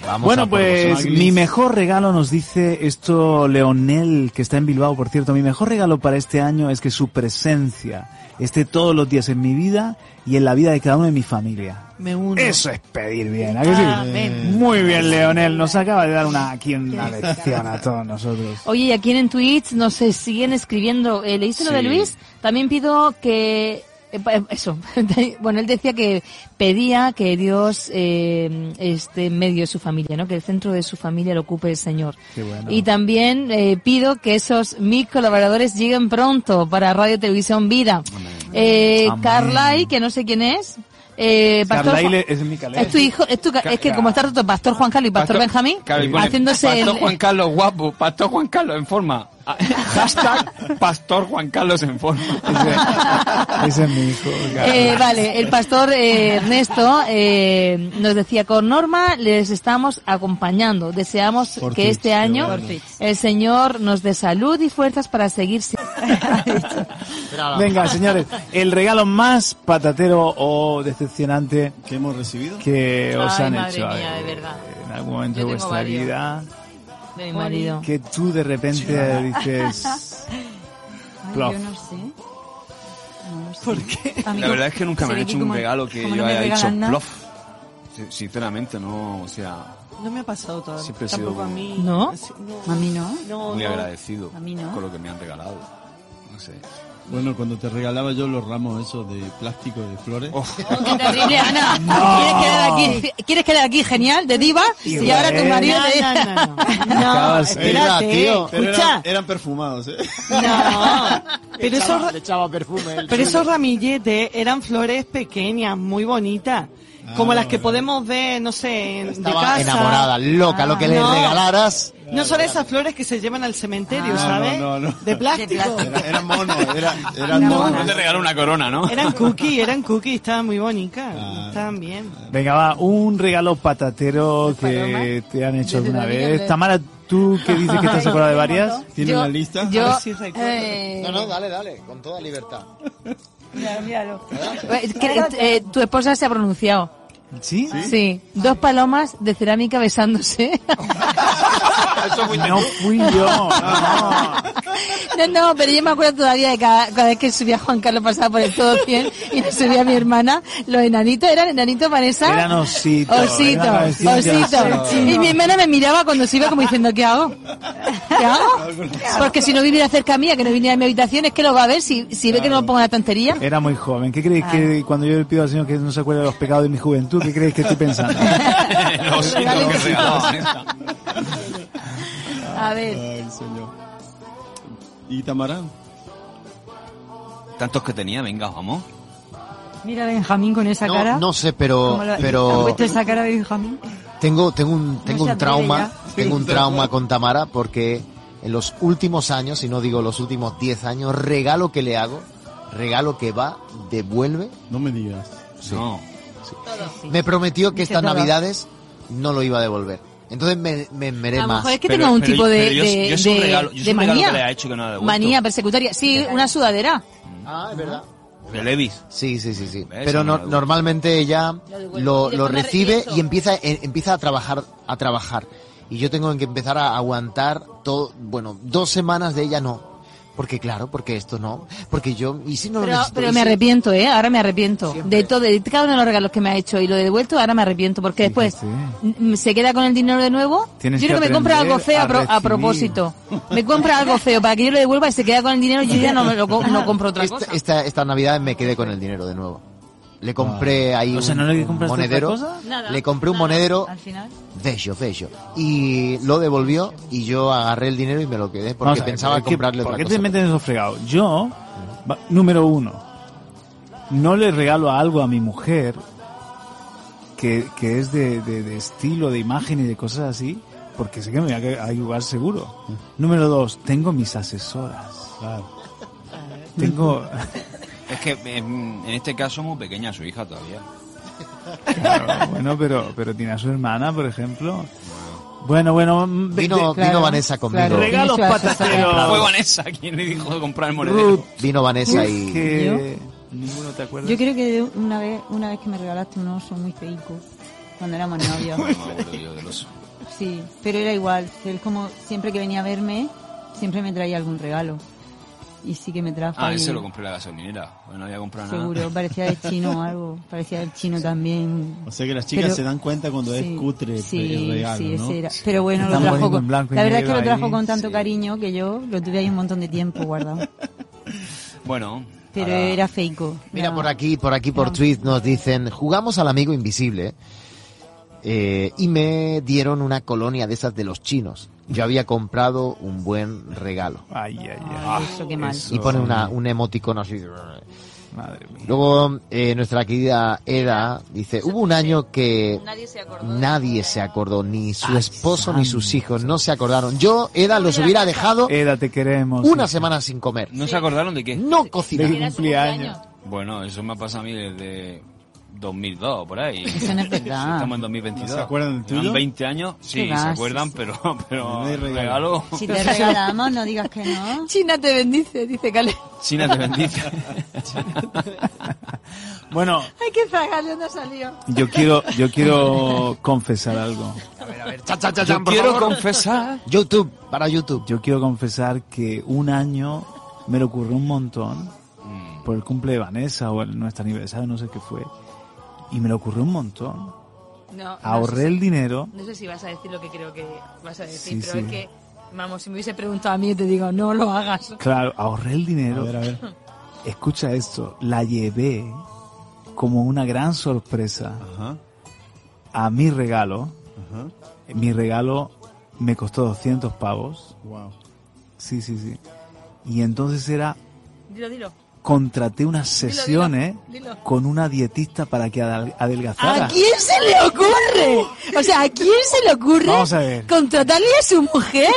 S2: Vamos a
S3: Bueno,
S2: por
S3: pues
S2: vosotros.
S3: mi mejor regalo nos dice esto Leonel, que está en Bilbao, por cierto. Mi mejor regalo para este año es que su presencia esté todos los días en mi vida y en la vida de cada uno de mi familia.
S7: Me uno.
S3: Eso es pedir bien, ¿a que sí? Muy bien, Leonel. Nos acaba de dar una, aquí una lección a todos nosotros.
S8: Oye, y aquí en Twitch nos eh, siguen escribiendo. Eh, ¿Leíste lo de
S3: Sí.
S8: Luis? También pido que... eh, pa- eh, Eso, bueno, él decía que pedía que Dios eh, esté en medio de su familia, ¿no? Que el centro de su familia lo ocupe el Señor.
S3: Qué bueno.
S8: Y también eh, pido que esos mil colaboradores lleguen pronto para Radio Televisión Vida. Eh,
S3: Amén.
S8: Carlay, que no sé quién es. Eh, Pastor
S3: Carlyle
S8: Juan-
S3: es mi calé.
S8: Es tu hijo, es tu, ca- es que como está roto Pastor Juan Carlos y Pastor, Benjamín,
S6: Mm. Claro, y pone,
S8: haciéndose
S6: Pastor
S8: el- eh,
S10: Juan Carlos guapo, Pastor Juan Carlos en forma.
S6: Ah, Hashtag Pastor Juan Carlos en forma.
S3: Ese es mi hijo.
S8: Eh, vale, el pastor eh, Ernesto eh, nos decía, con Norma les estamos acompañando. Deseamos
S5: Por
S8: que
S5: Twitch,
S8: este
S5: qué
S8: año
S5: bueno. Por Twitch.
S8: el Señor nos dé salud y fuerzas para seguir. si-
S3: Venga, señores, el regalo más patatero o decepcionante que hemos recibido, que os
S8: Ay,
S3: han
S8: madre
S3: hecho
S8: mía,
S3: eh,
S8: de verdad.
S3: en algún momento de
S8: Yo tengo
S3: vuestra
S8: varios.
S3: vida,
S8: De mi marido.
S3: que tú de repente dices,
S5: Ay,
S3: Plof.
S5: yo no sé. No sé.
S7: ¿Por qué?
S5: A mí
S6: La
S5: como-
S6: verdad es que nunca me
S5: se
S6: han
S5: ve
S6: hecho un
S5: como-
S6: regalo que
S5: como
S6: yo
S5: no me
S6: haya dicho
S5: regalan nada.
S6: plof. Sin- Sinceramente, no, o sea,
S7: No me ha pasado todavía.
S6: Siempre he sido
S7: Tampoco a
S6: muy-
S7: mí.
S5: ¿No?
S7: Sí,
S5: A mí no.
S7: No,
S6: muy
S7: no.
S6: agradecido
S5: A mí no.
S6: con lo que me han regalado. No sé.
S4: Bueno, cuando te regalaba yo los ramos esos de plástico de flores.
S8: Oh, ¡Qué terrible, Ana! ¿Quieres, quedar aquí, ¿Quieres quedar aquí genial de diva? Y ahora tu
S3: bueno.
S8: marido
S7: No,
S8: te...
S7: no, no, no. No,
S3: Acabas-
S7: espérate,
S2: Venga, tío.
S4: Pero
S7: escucha.
S4: eran, eran perfumados, ¿eh?
S7: No, pero esos,
S2: Le echaba perfume. el
S7: pero
S2: chulo.
S7: esos ramilletes eran flores pequeñas, muy bonitas, como las que podemos ver, no sé, en- de
S2: Estaba
S7: casa.
S2: enamorada, loca, lo que le
S7: no.
S2: regalaras.
S7: No son esas flores que se llevan al cementerio,
S4: Ah.
S7: ¿sabes?
S4: No, no, no, no.
S7: De plástico.
S4: Era- eran monos, era- eran
S6: No
S4: monos.
S6: te regalo una corona, ¿no?
S7: Eran cookies, eran cookies, estaban muy bonitas,
S4: Ah.
S7: estaban bien.
S3: venga, va, un regalo patatero que te han hecho alguna vez. Tamara, tú que dices que te has acordado de varias.
S4: ¿Tiene
S8: Yo-
S4: una lista?
S8: Yo,
S7: A ver si recuerdo.
S8: eh,
S2: No, no, dale, dale, con toda libertad.
S8: eh, que- eh, tu esposa se ha pronunciado.
S3: ¿Sí?
S8: ¿Sí? dos palomas de cerámica besándose.
S3: No fui yo. no.
S8: No, no, pero yo me acuerdo todavía de cada, cada vez que subía Juan Carlos pasaba por el todo 100 y nos subía mi hermana, los enanitos, ¿eran enanitos, Vanessa?
S3: Eran ositos.
S8: Osito,
S3: eran ositos.
S8: osito. Y mi hermana me miraba cuando se iba como diciendo, ¿qué hago? ¿Qué hago? Porque si no viniera cerca mía, que no viniera a mi habitación, es que lo va a ver si, si ve que no lo pongo en la estantería.
S3: Era muy joven. ¿Qué creéis
S8: Ah.
S3: que cuando yo le pido al Señor que no se acuerde de los pecados de mi juventud, qué creéis que estoy pensando?
S6: Los hitos que regalaba.
S8: A ver,
S4: Ay, señor. ¿Y Tamara?
S6: Tantos que tenía, venga, vamos.
S5: Mira a Benjamín con esa cara.
S2: No, no sé,
S5: ¿Cómo
S2: pero,
S5: lo- ¿Has
S2: pero
S5: puesto esa cara de Benjamín?
S2: tengo, tengo un, tengo
S5: se
S2: un
S5: atreve
S2: trauma,
S5: ya.
S2: tengo un trauma con Tamara porque en los últimos años, y no digo los últimos 10 años, regalo que le hago, regalo que va, devuelve,
S4: No me digas.
S6: No.
S2: me prometió que
S5: Dice
S2: estas
S5: todo.
S2: navidades no lo iba a devolver. Entonces me, me enmeré
S8: a lo
S2: más.
S8: mejor es que
S6: Pero-
S8: tenga un
S6: pero-
S8: tipo de,
S6: pero yo-
S8: de,
S6: yo sé un
S8: de-
S6: regalo- yo sé
S8: de
S6: un regalo que le
S8: manía.
S6: ha hecho que no ha devuelto.
S8: manía persecutoria. Sí, una sudadera.
S2: Ah, es verdad.
S6: De Levis.
S2: Sí, sí, sí, sí.
S6: ¿Ves?
S2: Pero
S6: ¿eh? Eso no
S2: no-
S6: me gusta.
S2: normalmente ella
S8: Lo devuelve.
S2: lo,
S8: Y
S2: lo
S8: después me
S2: recibe
S8: regreso.
S2: y empieza, eh, empieza a trabajar, a trabajar. Y yo tengo que empezar a aguantar todo, bueno, dos semanas de ella no. Porque claro, porque esto no. Porque yo, y si no lo
S8: Pero,
S2: necesito,
S8: pero
S2: y
S8: me
S2: si-
S8: arrepiento, ¿eh? Ahora me arrepiento. De todo, de cada uno de los regalos que me ha hecho y lo he devuelto, ahora me arrepiento. Porque después
S3: sí.
S8: mm, se queda con el dinero de nuevo.
S3: Tienes
S8: yo creo
S3: que
S8: que, me compra algo
S3: aprender
S8: feo a,
S3: a
S8: pro- a
S3: recibir.
S8: propósito. Me compra algo feo para que yo lo devuelva y se queda con el dinero y yo ya no, me lo co- no compro otra
S2: esta,
S8: cosa.
S2: esta, esta Navidad me quedé con el dinero de nuevo. Le compré ahí
S3: O sea, ¿no
S2: un,
S3: le
S2: un
S3: compraste
S2: monedero.
S3: otra cosa?
S8: Nada,
S2: le compré un monedero
S5: Al final.
S2: bello, bello. Y lo devolvió y yo agarré el dinero y me lo quedé
S3: Vamos
S2: porque
S3: a ver,
S2: pensaba
S3: ¿por qué-
S2: comprarle
S3: ¿Por
S2: otra
S3: qué
S2: cosa.
S3: te meten esos fregados? Yo, va- número uno, no le regalo algo a mi mujer que, que es de, de- de estilo, de imagen y de cosas así, porque sé que me voy a que- a ayudar seguro. Número dos, tengo mis asesoras.
S4: Claro.
S3: Tengo...
S6: Es que em, en este caso es muy pequeña su hija todavía.
S3: Claro, bueno, pero, pero tiene a su hermana, por ejemplo. Bueno, bueno... mm, ve-
S2: Vino,
S3: ve-
S2: vino Vanessa conmigo.
S3: claro. Regalos
S8: Tiene su
S3: patateros.
S6: Ah, Fue Vanessa quien le dijo de comprar el
S3: Ruth,
S6: monedero.
S2: Vino Vanessa y...
S3: que... Ninguno te acuerdas.
S5: Yo creo que una vez, una vez que me regalaste un oso muy feico, cuando éramos novios.
S6: No me acuerdo yo del oso.
S5: sí, pero era igual. Él como siempre que venía a verme, siempre me traía algún regalo. Y sí que me trajo.
S6: Ah,
S5: ahí,
S6: ese lo compré en la gasolinera. Bueno, no había comprado nada.
S5: Seguro, parecía de chino o algo. Parecía del chino también.
S4: O sea que las chicas
S5: Pero-
S4: se dan cuenta cuando
S5: Sí,
S4: es cutre
S5: sí,
S4: el regalo,
S5: sí,
S4: ¿no?
S5: ese era. Pero bueno, lo
S3: Están
S5: trajo
S3: poniendo en
S5: con, la
S3: blanco y
S5: verdad es que
S3: negro
S5: lo trajo
S3: ahí,
S5: con tanto
S3: sí.
S5: cariño que yo lo tuve ahí un montón de tiempo guardado.
S6: Bueno.
S5: Pero
S6: ahora-
S5: era feico.
S2: Mira,
S5: era-
S2: por aquí, por aquí, por
S5: no.
S2: tweet nos dicen, jugamos al amigo invisible. eh, y me dieron una colonia de esas de los chinos. Yo había comprado un buen regalo.
S3: Ay, ay, ay.
S5: Ay, eso qué mal.
S2: Y pone una, un emoticón así.
S3: Madre mía.
S2: Luego, eh, nuestra querida Eda dice, hubo un año que
S8: Nadie se acordó.
S2: nadie se acordó, ni su esposo ni sus hijos, no se acordaron. Yo, Eda, los hubiera dejado
S5: Eh,
S3: Eda, te queremos.
S2: una semana sin comer.
S6: ¿No se acordaron de qué?
S2: No
S3: De
S2: cocinar.
S3: cumpleaños.
S6: Bueno, eso me ha pasado a mí desde 2002, por ahí.
S5: Eso no es verdad.
S6: Estamos en 2022.
S4: ¿No se acuerdan del tuyo?
S6: Llevan 20 años, sí,
S5: ¿Qué
S6: se
S5: vas?
S6: acuerdan, pero, pero
S4: No hay regalo.
S6: regalo.
S5: Si te regalamos, no digas que no.
S8: China te bendice, dice Cale.
S6: China te bendice.
S3: Bueno,
S8: Ay, qué fragalio no salió.
S3: yo quiero, yo quiero confesar algo.
S6: Yo quiero confesar.
S2: YouTube, para YouTube.
S3: Yo quiero confesar que un año me lo ocurrió un montón por el cumple de Vanessa o el- nuestro aniversario, no sé qué fue. Y me lo ocurrió un montón.
S8: No,
S3: Ahorré el dinero.
S8: No sé si vas a decir lo que creo que vas a
S3: Sí,
S8: decir, pero
S3: sí.
S8: es que, vamos, si me hubiese preguntado a mí, te digo, no lo hagas.
S3: Claro, ahorré el dinero. Escucha esto, la llevé como una gran sorpresa
S4: Ajá,
S3: a mi regalo.
S4: ajá.
S3: Mi regalo me costó 200 pavos.
S4: Wow.
S3: Sí, sí, sí. Y entonces era,
S8: Dilo, dilo.
S3: contraté unas
S8: dilo,
S3: sesiones
S8: dilo.
S3: con una dietista para que adel- adelgazara.
S6: Ah.
S8: ¿A quién se le ocurre? O sea, ¿a quién se le ocurre
S3: Vamos a ver.
S8: contratarle a su mujer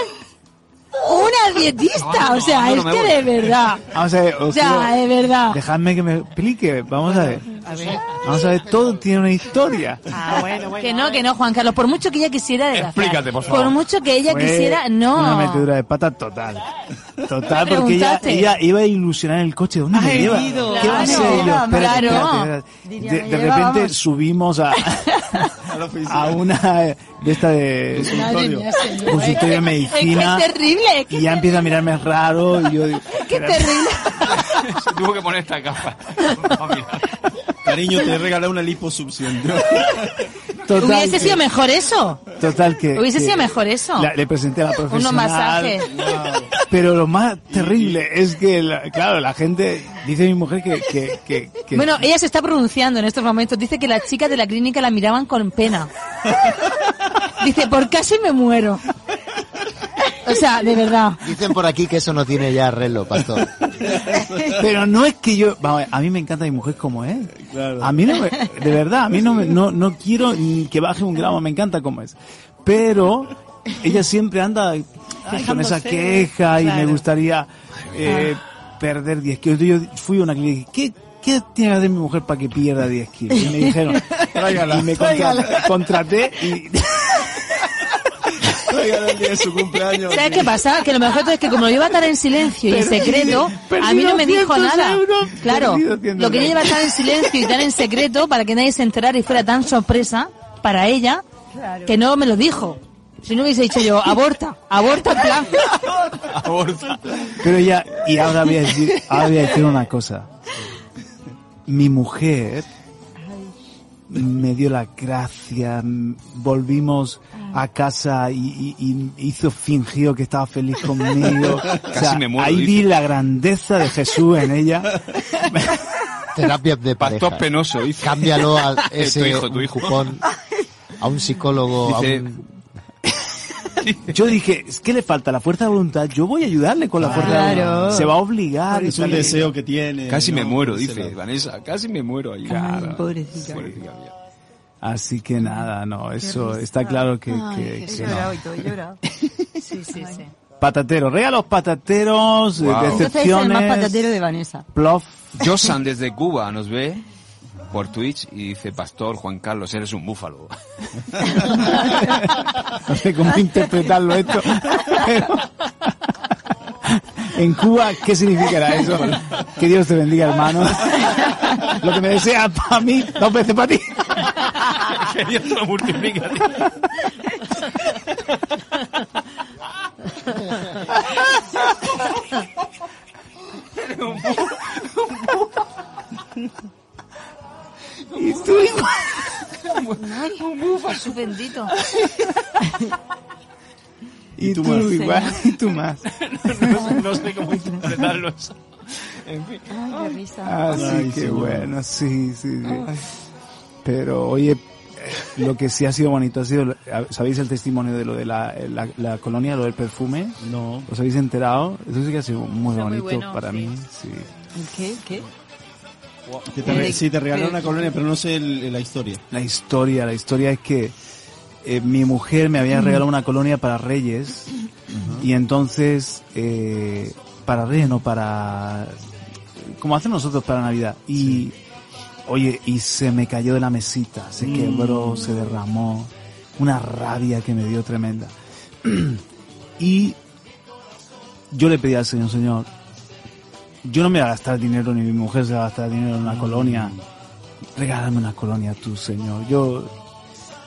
S8: una dietista? o sea,
S6: no, no
S8: es
S6: me
S8: que
S6: voy.
S8: de verdad.
S3: Vamos a ver, os
S8: O sea,
S3: quiero-
S8: de verdad.
S3: dejadme que me explique. Vamos a ver.
S7: A ver.
S3: Vamos a ver, todo tiene una historia.
S7: Ah, bueno, bueno.
S8: Que no, que no, Juan Carlos. Por mucho que ella quisiera adelgazar.
S6: Explícate, por favor.
S8: Por mucho que ella
S3: Fue
S8: quisiera, no.
S3: Una metedura de pata total. Total,
S8: Me
S3: porque ella,
S8: preguntaste.
S3: ella iba a ilusionar el coche. ¿Dónde
S7: Has
S3: me lleva?
S7: herido.
S3: ¿Qué va a
S8: Claro,
S3: ser? Y yo, espérate,
S8: claro.
S3: espérate, espérate.
S5: Diría,
S3: De,
S5: me
S3: de
S5: lleva,
S3: repente
S5: vamos.
S3: subimos a, a una eh, de esta de
S8: Madre mía, señor.
S3: consultorio de
S8: Es que
S3: medicina.
S8: es terrible. Es que
S3: Y ya empieza a mirarme raro. Y yo digo,
S8: Qué
S3: espérate.
S8: terrible.
S6: Se tuvo que poner esta capa.
S4: Cariño, te he regalado una liposucción.
S3: Total,
S8: Hubiese
S3: que-
S8: sido mejor eso.
S3: Total que.
S8: Hubiese
S3: que
S8: sido mejor eso.
S3: la- le presenté a la profesional.
S8: Unos masajes.
S3: Pero lo más terrible es que, la- claro, la gente. Dice mi mujer que. que, que, que-
S8: Bueno, ella se está pronunciando en estos momentos. Dice que las chicas de la clínica la miraban con pena. Dice, por casi me muero. O sea, de verdad.
S2: Dicen por aquí que eso no tiene ya arreglo, pastor.
S3: Pero no es que yo, vamos, a mí me encanta mi mujer como es.
S4: Claro.
S3: A mí no me- de verdad, a mí no, me- no, no quiero ni que baje un gramo, me encanta como es. Pero ella siempre anda ay, con esa
S7: Quejándose,
S3: queja y me
S7: claro.
S3: gustaría eh, perder 10 kilos. Entonces Yo fui a una clínica y dije, ¿qué, qué tiene que hacer mi mujer para que pierda 10 kilos? Y me dijeron, y me contra- contraté y...
S4: Regalo el día de su cumpleaños.
S8: ¿Sabes qué pasa? Que lo mejor es que como lo lleva tan en silencio y en secreto,
S3: perdí
S8: a mí no me dijo
S3: 200
S8: nada.
S3: euros,
S8: Claro,
S3: perdí 200
S8: lo que ella lleva tan en silencio y tan en secreto para que nadie se enterara y fuera tan sorpresa para ella, que no me lo dijo. Si no hubiese dicho yo, aborta, aborta en plan.
S3: Pero ya, y ahora voy a decir, ahora voy a decir una cosa. Mi mujer me dio la gracia, mm, volvimos a casa y, y- y hizo fingido que estaba feliz conmigo. O sea,
S6: me muero,
S3: ahí
S6: dice.
S3: vi la grandeza de Jesús en ella.
S2: Terapia de
S6: Pastor
S2: pareja.
S6: penoso, hizo.
S2: Cámbialo a ese
S6: Tu hijo, tu
S2: un
S6: hijo.
S2: cupón a un psicólogo,
S6: Dice-
S2: a un...
S3: Yo dije, ¿qué le falta? La fuerza de voluntad. Yo voy a ayudarle con la fuerza de
S5: Claro.
S3: voluntad. Se va a obligar. y
S4: Es un
S3: tal.
S4: deseo que tiene.
S6: Casi me
S4: Eh, ¿no?
S6: muero,
S4: Díselo.
S6: dice Vanessa. Casi me muero ahí.
S5: Ay, pobrecita.
S6: Pobrecita mía.
S3: Así que nada, no, eso está claro que, que-
S5: Ay,
S3: que
S5: he
S3: no.
S5: llorado y todo, he llorado.
S8: Sí, sí, sí.
S3: Patateros, regalos patateros, eh,
S6: Wow.
S5: Entonces es el más patatero
S3: decepciones,
S5: de Vanessa.
S3: plof.
S6: Josan desde Cuba nos ve por Twitch y dice, Pastor Juan Carlos, eres un búfalo.
S3: No sé cómo interpretarlo esto, pero... En Cuba, ¿qué significará eso? Que Dios te bendiga, hermano. Lo que me deseas para mí, dos veces para ti.
S6: que Dios te lo multiplique.
S3: Y tú igual.
S8: Jesús bendito.
S3: Y tú igual, y tú más.
S6: No, no sé cómo interpretarlo. eso. En fin.
S5: Ay, qué
S8: Ah,
S5: risa.
S3: Así
S4: Ay,
S3: que
S4: señor.
S3: bueno, sí, sí, sí. Pero oye, eh, lo que sí ha sido bonito ha sido, ¿sabéis el testimonio de lo de la, la- la colonia, lo del perfume?
S4: No.
S3: ¿Os habéis enterado? Eso sí que ha sido muy
S8: Está muy
S3: bonito
S8: bueno,
S3: para
S8: sí.
S3: mí. Sí.
S5: ¿Qué? ¿Qué?
S4: Que te re- sí, te regalaron una colonia, pero no sé el- la historia.
S3: La historia, la historia es que eh, mi mujer me había regalado una colonia para Reyes y entonces eh, para Reyes no para como hacemos nosotros para Navidad y oye y se me cayó de la mesita, se
S10: Mm.
S3: quebró, se derramó, una rabia que me dio tremenda y yo le pedí al señor señor yo no me voy a gastar dinero ni mi mujer se va a gastar dinero en una colonia regálame una colonia tú, señor. Yo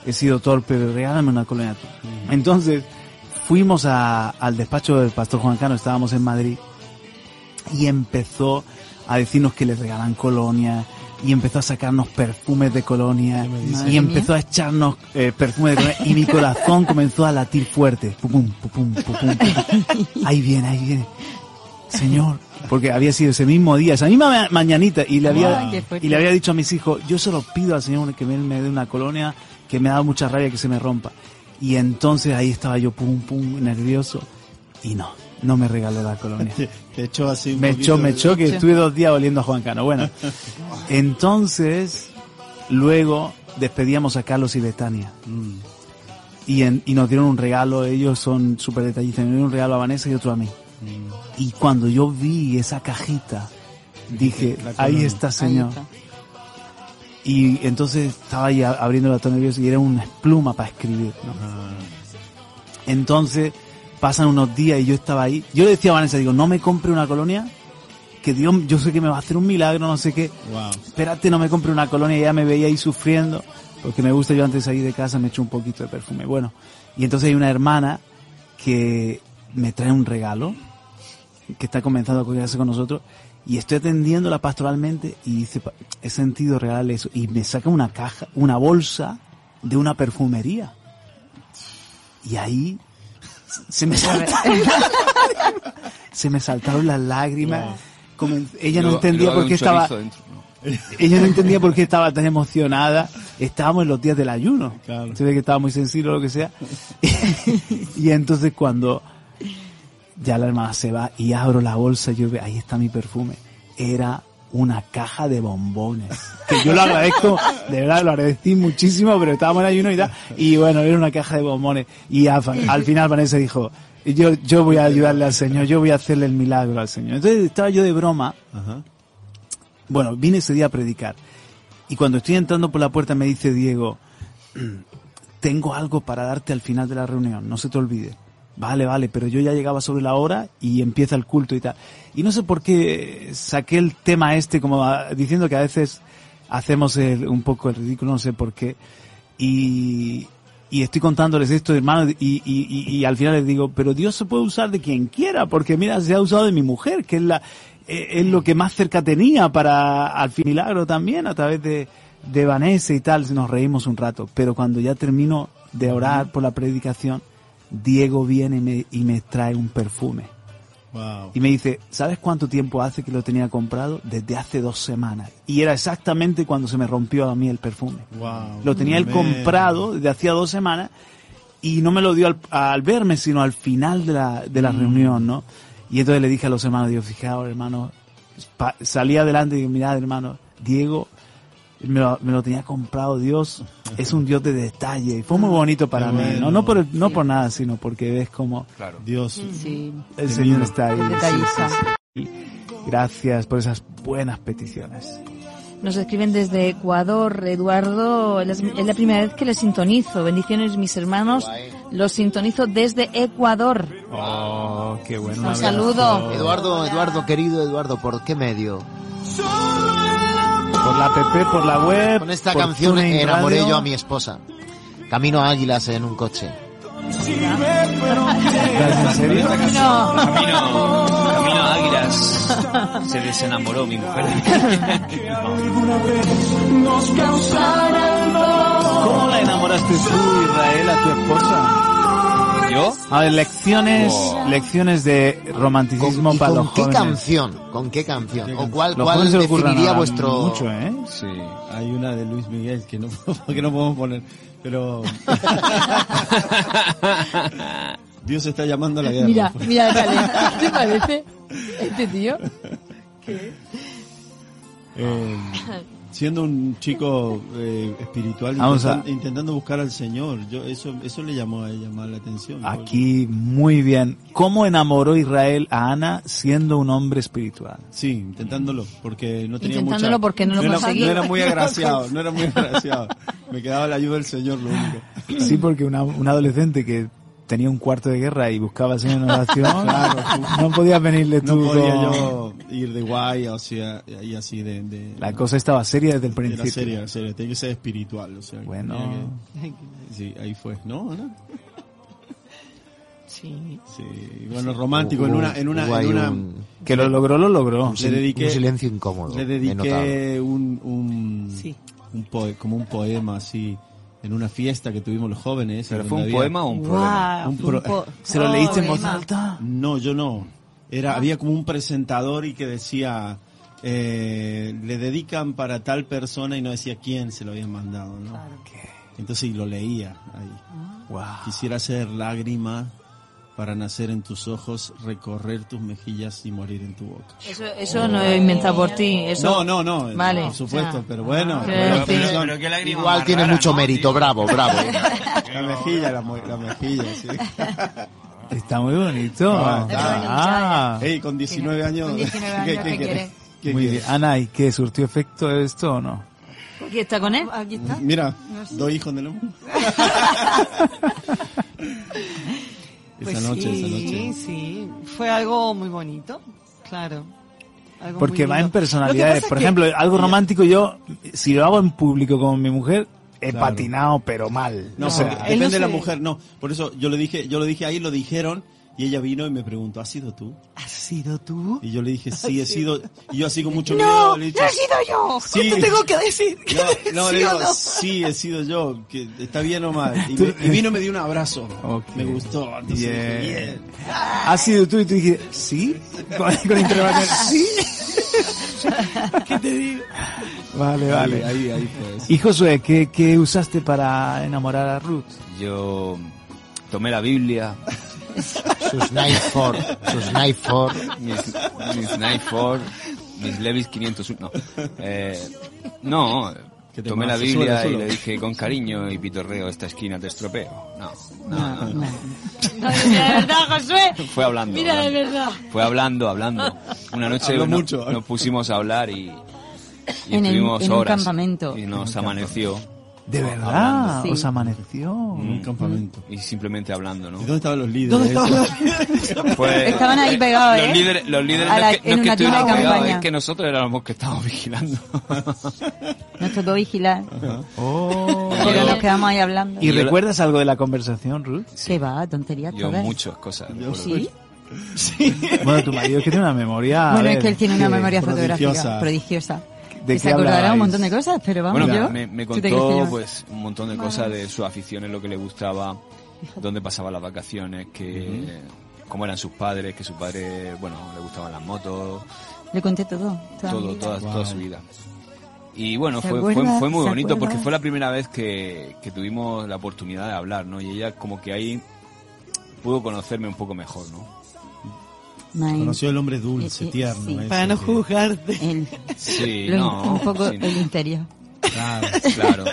S3: he sido torpe, pero regálame una colonia tú. Entonces, fuimos a- al despacho del pastor Juan Cano, estábamos en Madrid, y empezó a decirnos que le regalan colonia, y empezó a sacarnos perfumes de colonia,
S10: dices?
S3: y empezó a echarnos eh, perfumes de colonia, y mi corazón comenzó a latir fuerte. Pum, pum, pum, pum, pum, pum. Ahí viene, ahí viene. Señor, porque había sido ese mismo día, esa misma ma- mañanita, y le había,
S10: Ay, qué fuerte.
S3: y le había dicho a mis hijos, yo se lo pido al Señor que me, me dé una colonia que me ha dado mucha rabia que se me rompa. Y entonces ahí estaba yo pum pum nervioso y no, no me regaló la colonia.
S4: Te echó así un
S3: me
S4: poquito
S3: echó, me
S4: de-
S3: echó que estuve dos días oliendo a Juan Cano. Bueno, entonces luego despedíamos a Carlos y Betania
S4: Mm.
S3: y, en- y nos dieron un regalo, ellos son súper detallistas, me dieron un regalo a Vanessa y otro a mí.
S4: mm.
S3: Y cuando yo vi esa cajita, dije,
S10: La colonia.
S3: ahí está, señor. Y entonces estaba ahí a- abriendo la nervioso y era una pluma para escribir. ¿no?
S4: Ah,
S3: Entonces pasan unos días y yo estaba ahí. Yo le decía a Vanessa, digo, no me compre una colonia, que Dios, yo sé que me va a hacer un milagro, no sé qué.
S4: Wow.
S3: Espérate, no me compre una colonia, ya me veía ahí sufriendo, porque me gusta yo antes de salir de casa me echo un poquito de perfume. Bueno, y entonces hay una hermana que me trae un regalo, que está comenzando a cuidarse con nosotros, y estoy atendiéndola pastoralmente y dice, "Pa- he sentido real eso, y me saca una caja, una bolsa de una perfumería. Y ahí se me salta. se me saltaron las lágrimas. Comen- ella no
S6: Luego-
S3: entendía
S6: luego
S3: por
S6: había
S3: qué
S6: un
S3: estaba.
S6: chorizo dentro,
S3: Ella no entendía por qué estaba tan emocionada. Estábamos en los días del ayuno. Se ve que estaba muy sensible o lo que sea. y entonces cuando ya la hermana se va y abro la bolsa, yo veo, ahí está mi perfume. Era una caja de bombones. Que yo lo agradezco, de verdad lo agradecí muchísimo, pero estábamos en ayuno y tal. Y bueno, era una caja de bombones. Y a- al final Vanessa dijo, yo, yo voy a ayudarle al Señor, yo voy a hacerle el milagro al Señor. Entonces estaba yo de broma. Bueno, vine ese día a predicar. Y cuando estoy entrando por la puerta me dice Diego, "Mm, tengo algo para darte al final de la reunión, no se te olvide. Vale, vale, pero yo ya llegaba sobre la hora y empieza el culto y tal. Y no sé por qué saqué el tema este como a- diciendo que a veces hacemos el- un poco el ridículo, no sé por qué. Y, y estoy contándoles esto, hermano, y, y, y- y al final les digo, pero Dios se puede usar de quien quiera, porque mira, se ha usado de mi mujer, que es la eh, es lo que más cerca tenía para al fin milagro también, a través de, de Vanessa y tal, nos reímos un rato. Pero cuando ya termino de orar por la predicación, Diego viene y me, y me trae un perfume.
S4: Wow.
S3: Y me dice, ¿sabes cuánto tiempo hace que lo tenía comprado? Desde hace dos semanas. Y era exactamente cuando se me rompió a mí el perfume.
S4: Wow.
S3: Lo tenía él
S4: Mm, Man.
S3: comprado desde hacía dos semanas y no me lo dio al, al verme, sino al final de la, de la reunión, ¿no? Y entonces le dije a los hermanos, digo, fijaos, hermano, pa- salí adelante y digo, mirad, hermano, Diego me lo, me lo tenía comprado Dios, es un Dios de detalle. Y fue muy bonito para mí, ¿no? No por, el- no por nada, sino porque ves como
S4: Dios.
S5: Sí.
S3: el Señor está ahí.
S8: Detallista.
S3: Sí, sí, sí. Gracias por esas buenas peticiones.
S8: Nos escriben desde Ecuador, Eduardo, es es la primera vez que les sintonizo. Bendiciones, mis hermanos. Los sintonizo desde Ecuador.
S3: Oh, qué bueno.
S8: Un saludo.
S2: Eduardo, Eduardo, querido Eduardo, ¿por qué medio?
S3: Por la app, por la web.
S2: Con esta
S3: por
S2: canción
S3: TuneIn
S2: enamoré
S3: Radio.
S2: yo a mi esposa. Camino a Águilas en un coche.
S3: ¿En serio?
S6: Camino, camino a Águilas. Se desenamoró mi mujer.
S3: ¿Cómo la enamoraste tú, Israel, a tu esposa?
S6: ¿Yo?
S3: A ver, lecciones,
S6: Wow.
S3: lecciones de romanticismo
S2: ¿Y
S3: para
S2: con
S3: los
S2: qué
S3: jóvenes.
S2: canción? ¿Con qué canción? ¿O cuál,
S3: Los
S2: cuál
S3: jóvenes se lo curran
S2: definiría
S3: ahora
S2: vuestro...
S3: mucho, ¿eh?
S6: Sí.
S4: Hay una de Luis Miguel que no, que no podemos poner, pero... Dios está llamando a la guerra.
S8: Mira, mira, dale. ¿Qué te parece? Este tío.
S4: Eh, siendo un chico eh, espiritual,
S3: Vamos
S4: intentan-
S3: a-
S4: intentando buscar al Señor, yo eso eso le llamó a ella más la atención.
S3: Aquí, muy bien. ¿Cómo enamoró Israel a Ana siendo un hombre espiritual?
S4: Sí, intentándolo, porque no tenía
S8: Intentándolo
S4: mucha...
S8: porque no lo
S4: era-
S8: conseguí.
S4: no era muy agraciado, no era muy agraciado. Me quedaba la ayuda del Señor, lo único.
S3: Sí, porque una, un adolescente que tenía un cuarto de guerra y buscaba al Señor en oración,
S4: Claro,
S3: no podía venirle tú
S4: No podía
S3: con-
S4: yo ir de guay, o sea, y así de... de
S3: La cosa estaba seria desde el
S4: era
S3: principio.
S4: seria, era seria, tenía que ser espiritual, o sea.
S3: Bueno.
S4: tenía que- sí, ahí fue, ¿no, Ana?
S7: Sí.
S4: Sí, y bueno, romántico, en
S2: Hubo-
S4: una... En una,
S2: hubo ahí
S4: en una
S2: un-
S3: Que lo logró, lo logró.
S4: le dediqué,
S2: un silencio incómodo.
S4: Le
S2: he notado.
S4: dediqué un, un,
S7: Sí.
S4: un poe- como un poema así en una fiesta que tuvimos los jóvenes.
S6: ¿Pero
S4: en
S6: fue un
S4: donde había-
S6: poema o un problema?
S7: Guau,
S4: Un pro-
S7: po-
S3: ¿Se lo leíste en voz
S7: poema.
S3: alta?
S4: No, yo no. Era, había como un presentador y que decía, eh, le dedican para tal persona y no decía quién se lo habían mandado, ¿no? Entonces, y lo leía ahí.
S3: Guau.
S4: Quisiera ser lágrima para nacer en tus ojos, recorrer tus mejillas y morir en tu boca.
S8: Eso, eso no he inventado por ti.
S4: No,
S8: Eso,
S4: no, no,
S8: Vale.
S4: por supuesto,
S8: Ah.
S4: pero bueno.
S8: Quiero
S4: pero-
S8: decir-
S4: pero-
S6: qué lágrima
S2: Igual
S6: más
S2: tiene
S6: rara,
S2: mucho
S6: ¿no,
S2: mérito,
S6: tío?
S2: bravo, bravo.
S4: La mejilla, la, mo- la mejilla, sí.
S3: Está muy bonito.
S4: Ah,
S3: Ah.
S4: Ey, con 19 años.
S5: Con 19 años, ¿qué quieres?
S4: Eh, ¿Qué
S3: Muy bien.
S4: quieres?
S3: Ana, ¿y qué? ¿Surtió efecto esto o no?
S8: ¿Aquí está con él?
S5: Aquí está.
S4: Mira, dos hijos en el hombro.
S7: Pues
S4: esa noche,
S7: sí,
S4: esa noche.
S7: sí. Fue algo muy bonito, claro. Algo
S3: Porque
S7: muy
S3: va en
S7: lindo. Lo que
S3: personalidades.
S7: pasa
S3: Por
S7: es que-
S3: ejemplo, algo romántico yo, si lo hago en público con mi mujer, he
S4: Claro.
S3: patinado, pero mal.
S4: No,
S3: o sea,
S4: porque
S7: él no
S4: depende de la
S7: se-
S4: mujer, no. Por eso yo lo dije, yo lo dije ahí, lo dijeron y ella vino y me preguntó, ¿has sido tú?
S7: ¿Has sido tú?
S4: Y yo le dije, sí, he sido. Y yo así con mucho miedo le he dicho,
S7: yo!
S4: Sí.
S7: ¿Cuánto tengo que decir? ¿Que
S4: no, no,
S7: sí
S4: le digo,
S7: o no?
S4: sí, he sido yo, que está bien o mal. Y, me- y vino y me dio un abrazo.
S3: Ok.
S4: Me gustó. Entonces
S3: Bien.
S4: dije, bien.
S3: has sido tú y tú dije, ¿sí? Con, con interrogación, ¿sí?
S7: ¿Qué te digo?
S3: Vale,
S4: Ahí,
S3: vale.
S4: ahí, ahí fue.
S3: Y Josué, ¿qué, qué usaste para enamorar a Ruth?
S6: Yo tomé la Biblia,
S2: Sus Knife for, sus Knife for.
S6: mis, mis Nightfall, mis Levis 500. No, Eh, no
S4: ¿Qué te
S6: tomé la
S4: pasa? Solo,
S6: Biblia y
S4: solo.
S6: le dije con cariño y pitorreo, esta esquina te estropeo. No, no, no, no.
S8: No, mira, de verdad, Josué.
S6: Fue hablando.
S8: Mira, de
S6: hablando.
S8: verdad.
S6: Fue hablando, hablando. Una noche
S4: Habló
S6: no-
S4: mucho.
S6: nos pusimos a hablar y, y
S5: En el-
S6: estuvimos
S5: en un
S6: horas.
S5: campamento.
S6: Y nos amaneció.
S3: De verdad,
S5: Sí.
S3: os amaneció.
S4: En un campamento.
S6: Y simplemente hablando, ¿no?
S4: ¿Y dónde estaban los líderes?
S7: ¿Dónde estaban
S4: Esos-
S7: los líderes?
S6: Fue-
S5: Estaban ahí pegados,
S6: Los
S5: ¿eh?
S6: líderes, los líderes
S5: A
S6: no
S5: la-
S6: es que, no
S5: en
S6: es que
S5: una tienda
S6: estuvieran
S5: de
S6: pegados,
S5: campaña.
S6: es que nosotros éramos los que estábamos vigilando.
S5: Nos tocó vigilar,
S3: Oh.
S5: pero nos quedamos ahí hablando.
S3: ¿Y
S6: Yo la-
S3: recuerdas algo de la conversación, Ruth?
S5: ¿Qué va? Tonterías
S6: Yo
S5: todas.
S6: muchas cosas. recuerdo.
S8: Pues,
S5: Sí.
S3: Bueno, tu marido es que tiene una memoria. a
S5: Bueno,
S3: ver,
S5: es que él tiene una
S3: que-
S5: memoria
S4: prodigiosa.
S5: fotográfica prodigiosa.
S3: ¿De
S5: Que se
S3: qué
S5: acordará un
S3: hablabais?
S5: montón de cosas, pero vamos,
S6: Bueno,
S5: yo.
S6: me, me
S5: ¿tú te crees que
S6: contó
S5: no?
S6: pues un montón de cosas de sus aficiones, lo que le gustaba, dónde pasaba las vacaciones, que cómo eran sus padres, que sus padres, bueno, le gustaban las motos,
S5: Le conté todo. toda mi
S6: todo,
S5: vida.
S6: toda,
S4: Guau.
S6: toda su vida. Y bueno,
S5: ¿Se
S6: fue, fue,
S5: acuerda?
S6: fue muy
S5: ¿Se
S6: bonito
S5: acuerda?
S6: porque fue la primera vez que, que tuvimos la oportunidad de hablar, ¿no? Y ella como que ahí pudo conocerme un poco mejor, ¿no?
S5: Maíz,
S4: Conoció el hombre dulce,
S5: Eh, eh,
S4: tierno.
S5: sí.
S4: ese
S7: Para no
S4: que-
S7: juzgarte.
S5: el-
S6: Sí,
S5: lo in-
S6: no.
S5: un poco
S6: sí,
S5: el interior.
S4: Claro.
S6: claro.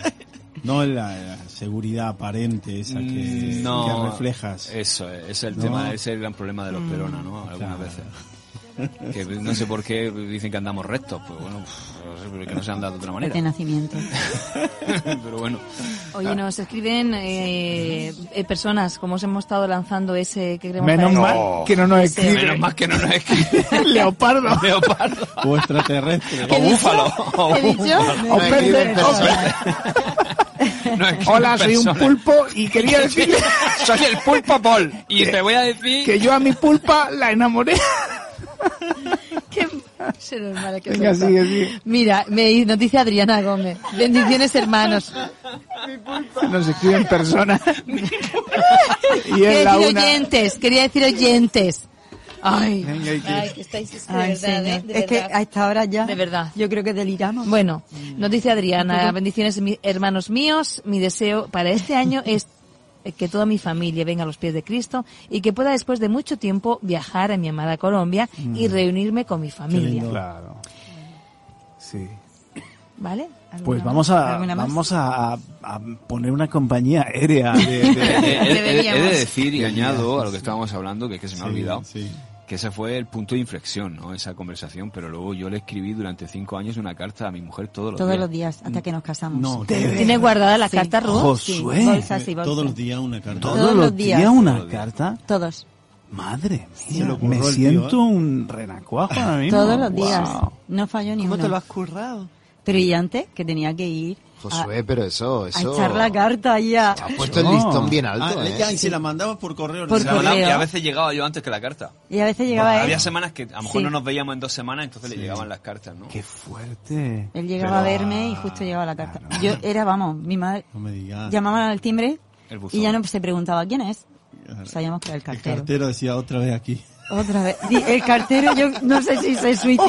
S4: No la, la seguridad aparente esa que,
S6: Mm, no,
S4: que reflejas.
S6: Eso, es, ese es el
S4: No.
S6: tema, ese es el gran problema de los peronas, ¿no? Algunas
S4: Claro.
S6: veces. Que no sé por qué dicen que andamos rectos, pues bueno, pff, no sé, pero que no se anda de otra
S5: De
S6: manera.
S5: nacimiento.
S6: pero bueno,
S8: Oye, nos escriben eh, eh, personas, como os hemos estado lanzando ese que queremos
S3: Menos
S8: para-
S3: mal que no nos escribe.
S6: menos más que no nos escribe
S3: Leopardo.
S6: leopardo
S4: O extraterrestre.
S6: o búfalo. o
S8: ¿Qué he dicho?
S2: No escriben personas.
S6: búfalo. No escriben
S3: Hola, soy un
S6: personas.
S3: pulpo y quería decir
S6: Soy el pulpo Paul. Y te voy a decir
S3: que yo a mi pulpa la enamoré.
S8: Qué se nos mala que
S3: Venga,
S8: soy.
S3: sigue, sigue.
S8: Mira, me nos dice Adriana Gómez. Bendiciones, hermanos.
S3: Nos escriben personas. Y
S8: Quería
S3: es la
S8: decir
S3: una.
S8: oyentes, quería decir oyentes. Ay,
S3: Venga, ¿y qué?
S8: ay, que estáis es que de
S5: Ay,
S8: verdad,
S5: señor.
S8: ¿eh? De
S5: es que
S8: verdad.
S5: a esta hora ya.
S8: De verdad.
S5: Yo creo que deliramos.
S8: Bueno, nos dice Adriana, bendiciones mi- hermanos míos, mi deseo para este año es eh, que toda mi familia venga a los pies de Cristo y que pueda después de mucho tiempo viajar a mi amada Colombia y reunirme con mi familia.
S4: lindo.
S3: Claro. Sí.
S8: ¿Vale? ¿Alguna
S3: Pues
S8: más?
S3: vamos a
S8: ¿Alguna más?
S3: vamos a, a- a poner una compañía aérea de- de-
S6: He- he- he- he- He
S8: Deberíamos.
S6: de decir y añado a lo que estábamos hablando, que es que se me ha olvidado,
S4: sí.
S6: que ese fue el punto de inflexión, ¿no? Esa conversación, pero luego yo le escribí durante cinco años una carta a mi mujer todos los
S5: Todos
S6: días.
S5: los días hasta que nos casamos.
S4: No,
S8: ¿Tienes guardadas las
S5: Sí.
S8: cartas, Ruth?
S3: Josué.
S5: Sí, bolsas y bolsas.
S4: todos los días una carta.
S3: todos,
S5: Todos
S3: los
S5: los días.
S3: días una
S6: Todos los días.
S3: carta.
S5: Todos.
S3: Madre
S4: Se
S3: mía,
S4: le ocurrió
S3: me
S4: al tío,
S3: siento
S4: ¿eh?
S3: un renacuajo ahora mismo.
S5: Todos los días.
S3: Wow.
S5: No falló ni
S7: ¿Cómo te lo
S5: uno.
S7: has currado?
S5: Pero y antes, que tenía que ir
S2: Josué, Eh, pero eso,
S5: a,
S2: eso.
S5: echar la carta ya.
S2: Ha puesto el
S3: No.
S2: listón bien
S4: Ah,
S2: alto, ¿eh?
S4: ya, y se la mandaba por correo.
S5: Por
S6: Se la mandaba-
S5: correo.
S6: y a veces llegaba yo antes que la carta.
S5: Y a veces llegaba él.
S6: Había semanas que a lo mejor
S5: Sí.
S6: no nos veíamos en dos semanas, entonces le llegaban las cartas, ¿no?
S3: Qué fuerte.
S5: Él llegaba a verme y justo llegaba la carta. Yo era, vamos, mi madre
S4: No me digas.
S5: llamaba al timbre
S6: El buzón.
S5: y ya no se preguntaba quién es. Sabíamos que era el
S4: El
S5: cartero.
S4: cartero decía otra vez aquí.
S5: Otra vez. Di- El cartero, yo no sé si se suicidó.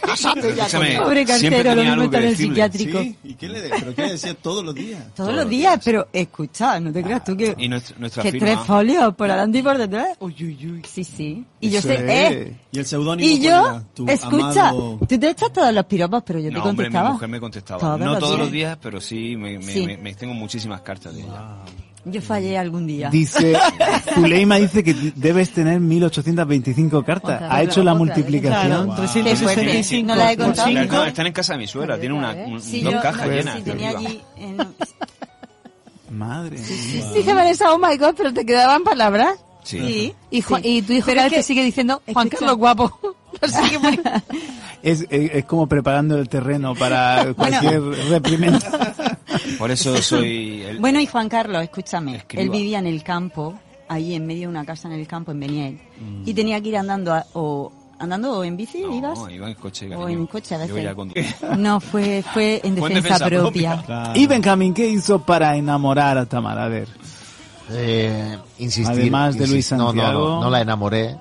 S6: Pero escúchame,
S5: Pobre
S6: siempre
S5: cartero, lo
S6: tenía
S5: mismo
S6: algo
S5: está
S6: que
S5: en el
S6: decirle.
S5: psiquiátrico.
S4: Sí, ¿y qué le de- ¿Pero qué decía todos los días?
S5: Todos, los días, pero escucha, no te creas tú que,
S6: Y nuestra, nuestra
S5: que
S6: firma.
S5: tres folios por adelante y por detrás.
S7: Uy, uy, uy.
S5: Sí, sí. Y yo
S3: Eso
S5: sé,
S3: es.
S5: eh,
S4: Y el seudónimo.
S5: Y
S4: cuál
S5: yo,
S4: era? Tu
S5: escucha,
S4: amado-
S5: tú te echas todos los piropos, pero yo te
S6: no, hombre, mi
S5: contestaba.
S6: mujer me contestaba.
S5: Todos
S6: no
S5: los
S6: todos
S5: días.
S6: los días, pero sí, me, me-
S5: Sí.
S6: me- me- tengo muchísimas cartas de ella.
S5: Yo fallé algún día.
S3: Dice, Zuleima dice que debes tener 1825 cartas.
S8: Otra,
S3: ha hecho la
S8: otra,
S3: multiplicación.
S7: Claro,
S5: Qué fuerte.
S7: 365.
S5: No la he contado.
S6: Sí,
S5: ¿Cinco?
S6: no, están en casa de mi suegra, tiene una, un-
S5: Sí,
S6: dos
S5: yo-
S6: cajas
S5: no,
S6: llenas.
S5: sí,
S6: de
S5: tenía
S6: arriba.
S5: allí. eh, no,
S3: Madre mía.
S8: Dije, Vanessa, oh my god, pero te quedaban palabras.
S6: Sí.
S5: sí.
S8: Y, Ju-
S5: Sí.
S8: y tu hijo
S5: Pero
S8: cada
S5: es
S8: vez te
S5: que-
S8: sigue diciendo, Juan
S5: escucha.
S8: Carlos guapo. Lo sigue poniendo.
S3: Es, es, es como preparando el terreno para cualquier reprimenda.
S6: Por eso soy el,
S5: Bueno, y Juan Carlos, escúchame.
S6: Escriba.
S5: Él vivía en el campo, ahí en medio de una casa en el campo, en Beniel.
S8: Mm.
S5: Y tenía que ir andando a- o andando o en bici,
S6: No,
S5: ibas.
S6: iba en coche,
S5: O
S6: cariño.
S5: en coche a
S6: Yo
S5: veces.
S6: ya conducía.
S5: No, fue, fue en
S6: Fue en
S5: defensa,
S6: defensa propia.
S5: propia.
S4: Claro.
S3: Y Benjamín, ¿qué hizo para enamorar a Tamara? A ver.
S2: Eh, insistir.
S3: Además de Luis
S2: insist- no, no,
S3: Santiago.
S2: no, no la enamoré,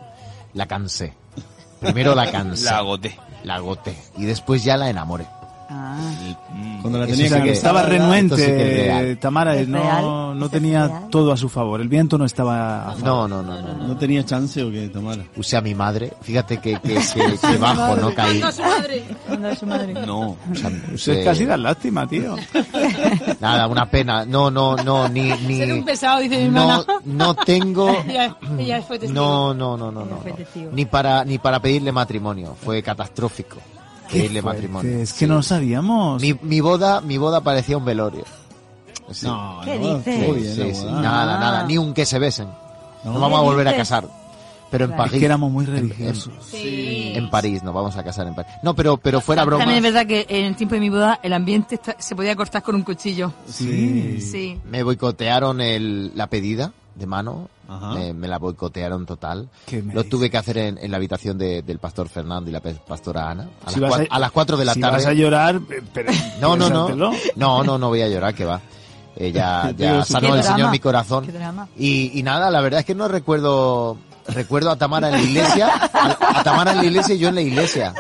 S2: la cansé. Primero la cansé,
S6: La agoté.
S2: la agoté. Y después ya la enamoré.
S5: Ah.
S6: Mm.
S4: Cuando la
S2: Eso
S4: tenía
S2: sí que-
S4: que
S3: Estaba
S2: Esto sí que es
S3: renuente
S2: real.
S3: Tamara,
S5: Es
S3: no,
S5: real,
S3: no
S5: es
S3: tenía
S5: real.
S3: todo a su favor. El viento no estaba a favor.
S2: No, no, no, no. no.
S4: ¿No tenía chance o qué, Tamara?
S2: Usé a mi madre. Fíjate que, que, que- que bajo, no caí.
S6: No.
S2: O sea,
S3: Eso
S2: usé-
S3: es casi da lástima, tío.
S2: Nada, una pena. No, no, no, ni... ni
S8: Ser un pesado, dice mi hermana.
S2: no, no tengo...
S8: Ella- ella fue testigo.
S2: No, no, no, no, no,
S8: fue
S2: no.
S8: testigo.
S2: Ni para, ni para pedirle matrimonio. Fue catastrófico pedirle
S3: fuerte,
S2: matrimonio.
S3: Es que no lo sabíamos.
S2: Mi, mi boda, mi boda parecía un velorio. Sí.
S4: No,
S5: ¿Qué
S4: no,
S5: dices?
S4: estuvo
S2: Sí,
S4: bien,
S2: sí,
S4: la
S2: sí.
S4: boda.
S2: Nada,
S5: Ah.
S2: nada, ni un que se besen.
S4: No.
S2: Nos vamos a
S5: ¿Qué
S2: volver a
S5: dices?
S2: casar. Pero en
S5: Claro.
S3: Es
S2: París.
S3: que éramos muy
S2: En- en-
S3: religiosos.
S8: Sí.
S2: En París, nos vamos a casar en París. No, pero, pero fuera broma.
S8: También es verdad que en el tiempo de mi boda el ambiente está- se podía cortar con un cuchillo.
S4: Sí.
S8: Sí.
S2: Me boicotearon el, la pedida de mano.
S4: Ajá.
S2: Me, me la boicotearon total.
S3: ¿Qué me
S2: Lo
S3: dices?
S2: tuve que hacer en, en la habitación de- del pastor Fernando y la pe- pastora Ana. A,
S3: Si
S2: las,
S3: vas
S2: cua- a las 4 de la
S3: si
S2: tarde.
S3: vas a llorar, eh, pero
S2: No, no, no.
S3: piénsatelo.
S2: No, no, no voy a llorar, que va. Eh, ya ya sanó
S5: Qué
S2: el Señor
S5: drama.
S2: mi corazón.
S5: Qué drama.
S2: Y, y nada, la verdad es que no recuerdo. Recuerdo a Tamara en la iglesia. A, a Tamara en la iglesia y yo en la iglesia.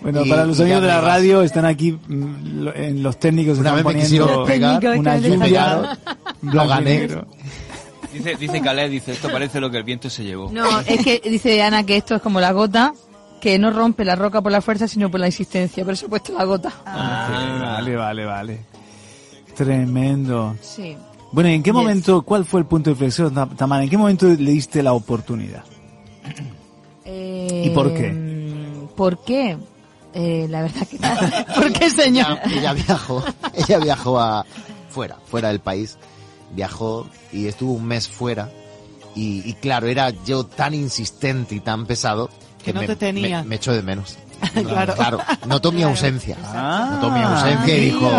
S3: Bueno,
S2: Y-
S3: para los
S2: y
S3: amigos
S2: ya
S3: de la
S2: me vas.
S3: radio están aquí mm, lo- en los técnicos
S2: Una
S3: están
S2: vez me
S3: poniendo
S2: quisieron
S5: pegar, Técnico,
S3: una
S5: están
S2: Me pegaron,
S3: lluvia.
S2: lo gané.
S6: Dice, dice Calais, dice, esto parece lo que el viento se llevó.
S8: No, es que dice Ana que esto es como la gota que no rompe la roca por la fuerza, sino por la insistencia. Por eso he puesto la gota.
S3: Ah, Vale, vale, vale. Tremendo.
S8: Sí.
S3: Bueno, ¿y ¿en qué
S5: Yes.
S3: momento, cuál fue el punto de inflexión, Tam- Tamara? ¿En qué momento le diste la oportunidad?
S8: Eh,
S3: ¿Y por qué?
S8: mm, ¿Por qué? Eh, la verdad que ¿Por qué, señor?
S2: Ella, ella viajó, ella viajó a fuera, fuera del país. Viajó y estuvo un mes fuera. Y, y claro, era yo tan insistente y tan pesado que,
S7: Que no
S2: me,
S7: te tenía.
S2: me- me echó de menos.
S7: Claro. Ah,
S2: notó mi ausencia.
S3: Ah,
S2: Notó mi ausencia y dijo,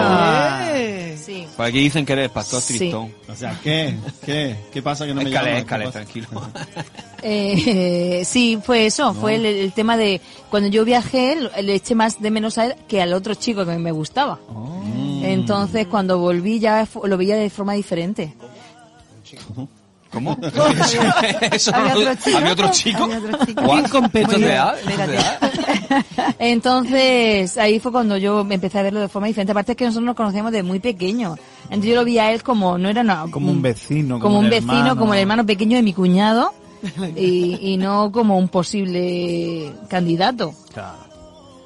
S7: Eh,
S8: Sí.
S6: Por aquí dicen que eres el pastor
S8: Sí.
S6: Tristón.
S4: O sea, ¿qué? ¿Qué? ¿Qué pasa que no me
S6: es
S4: llamas?
S6: Calais, es Calais,
S4: ¿Qué pasa?
S6: tranquilo.
S8: Eh, sí, fue eso, fue el, el tema de cuando yo viajé le- le eché más de menos a él que al otro chico que me gustaba.
S6: Ah.
S8: Entonces cuando volví ya fu- lo veía de forma diferente.
S6: ¿Cómo? Eso no lo- ¿Había otro chico?
S5: Había otro chico.
S6: What? ¿Esto es
S5: Bueno,
S6: real? ¿Esto es
S5: espérate.
S6: real?
S8: Entonces ahí fue cuando yo me empecé a verlo de forma diferente. Aparte es que nosotros nos conocemos de muy pequeño. Entonces yo lo vi a él como no era una-
S3: Como un vecino,
S8: como,
S3: como
S8: un
S3: un
S8: vecino,
S3: hermano.
S8: como el hermano pequeño de mi cuñado. y, y no como un posible candidato,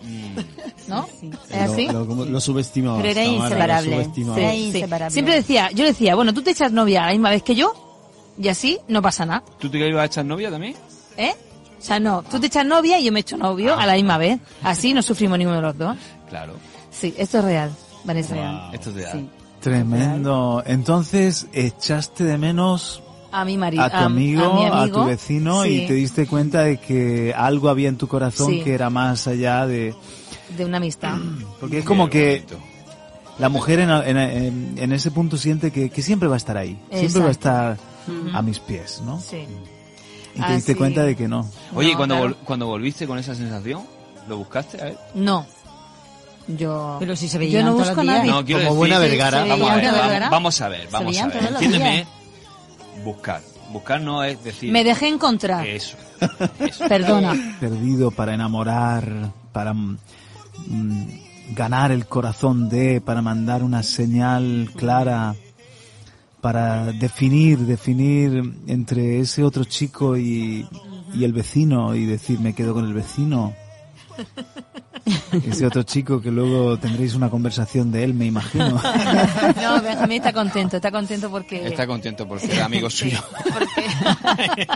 S8: Mm. ¿no? ¿Es así?
S4: Lo, lo- lo subestimabas,
S11: Pero era
S4: Tamara, lo
S11: inseparable.
S4: subestimabas.
S11: Era inseparable.
S8: Siempre decía, yo le decía, bueno, tú te echas novia a la misma vez que yo y así no pasa nada,
S6: ¿Tú te ibas a echar novia también?
S8: ¿eh? O sea, no, tú te echas novia y yo me echo novio a la misma vez. Así no sufrimos ninguno de los dos.
S6: Claro.
S8: Sí, esto es real, Vanessa. real.
S6: Esto te da.
S3: Tremendo. Entonces, echaste de menos
S8: A mi marido,
S3: a tu amigo,
S8: mi
S3: a,
S8: amigo.
S3: tu vecino
S8: Sí,
S3: y te diste cuenta de que algo había en tu corazón
S8: Sí.
S3: que era más allá de...
S8: de una amistad.
S3: Porque es como que la mujer en, en- en- en ese punto siente que, que siempre va a estar ahí, siempre va a estar
S8: Ujú.
S3: a mis pies, ¿no?
S8: Sí.
S3: Y te
S8: Ah,
S3: diste
S8: sí.
S3: cuenta de que no.
S6: Oye,
S8: No,
S6: cuando,
S8: claro.
S6: vol- cuando volviste con esa sensación, ¿lo buscaste? A ver.
S8: No. Yo.
S11: Pero si se
S8: Yo
S11: veían
S8: no
S11: todos
S8: busco
S11: los
S8: a
S11: días.
S8: nadie.
S6: No, quiero
S2: Como
S6: decir-
S2: buena vergara.
S8: Sí,
S6: Vamos a ver,
S8: buena
S6: vam-
S8: vergara.
S6: vamos a ver, vamos a
S11: Sabían
S6: ver.
S11: todos los
S6: Entiéndeme,
S11: días.
S6: buscar. Buscar no es decir...
S8: Me dejé encontrar.
S6: Eso.
S8: Perdona.
S3: Perdido para enamorar, para mm, mm, ganar el corazón de, para mandar una señal clara, para definir, definir entre ese otro chico y, y el vecino y decir me quedo con el vecino. Ese otro chico que luego tendréis una conversación de él, me imagino.
S8: No, Benjamín está contento, está contento porque.
S6: Está contento por ser amigo suyo.
S8: porque,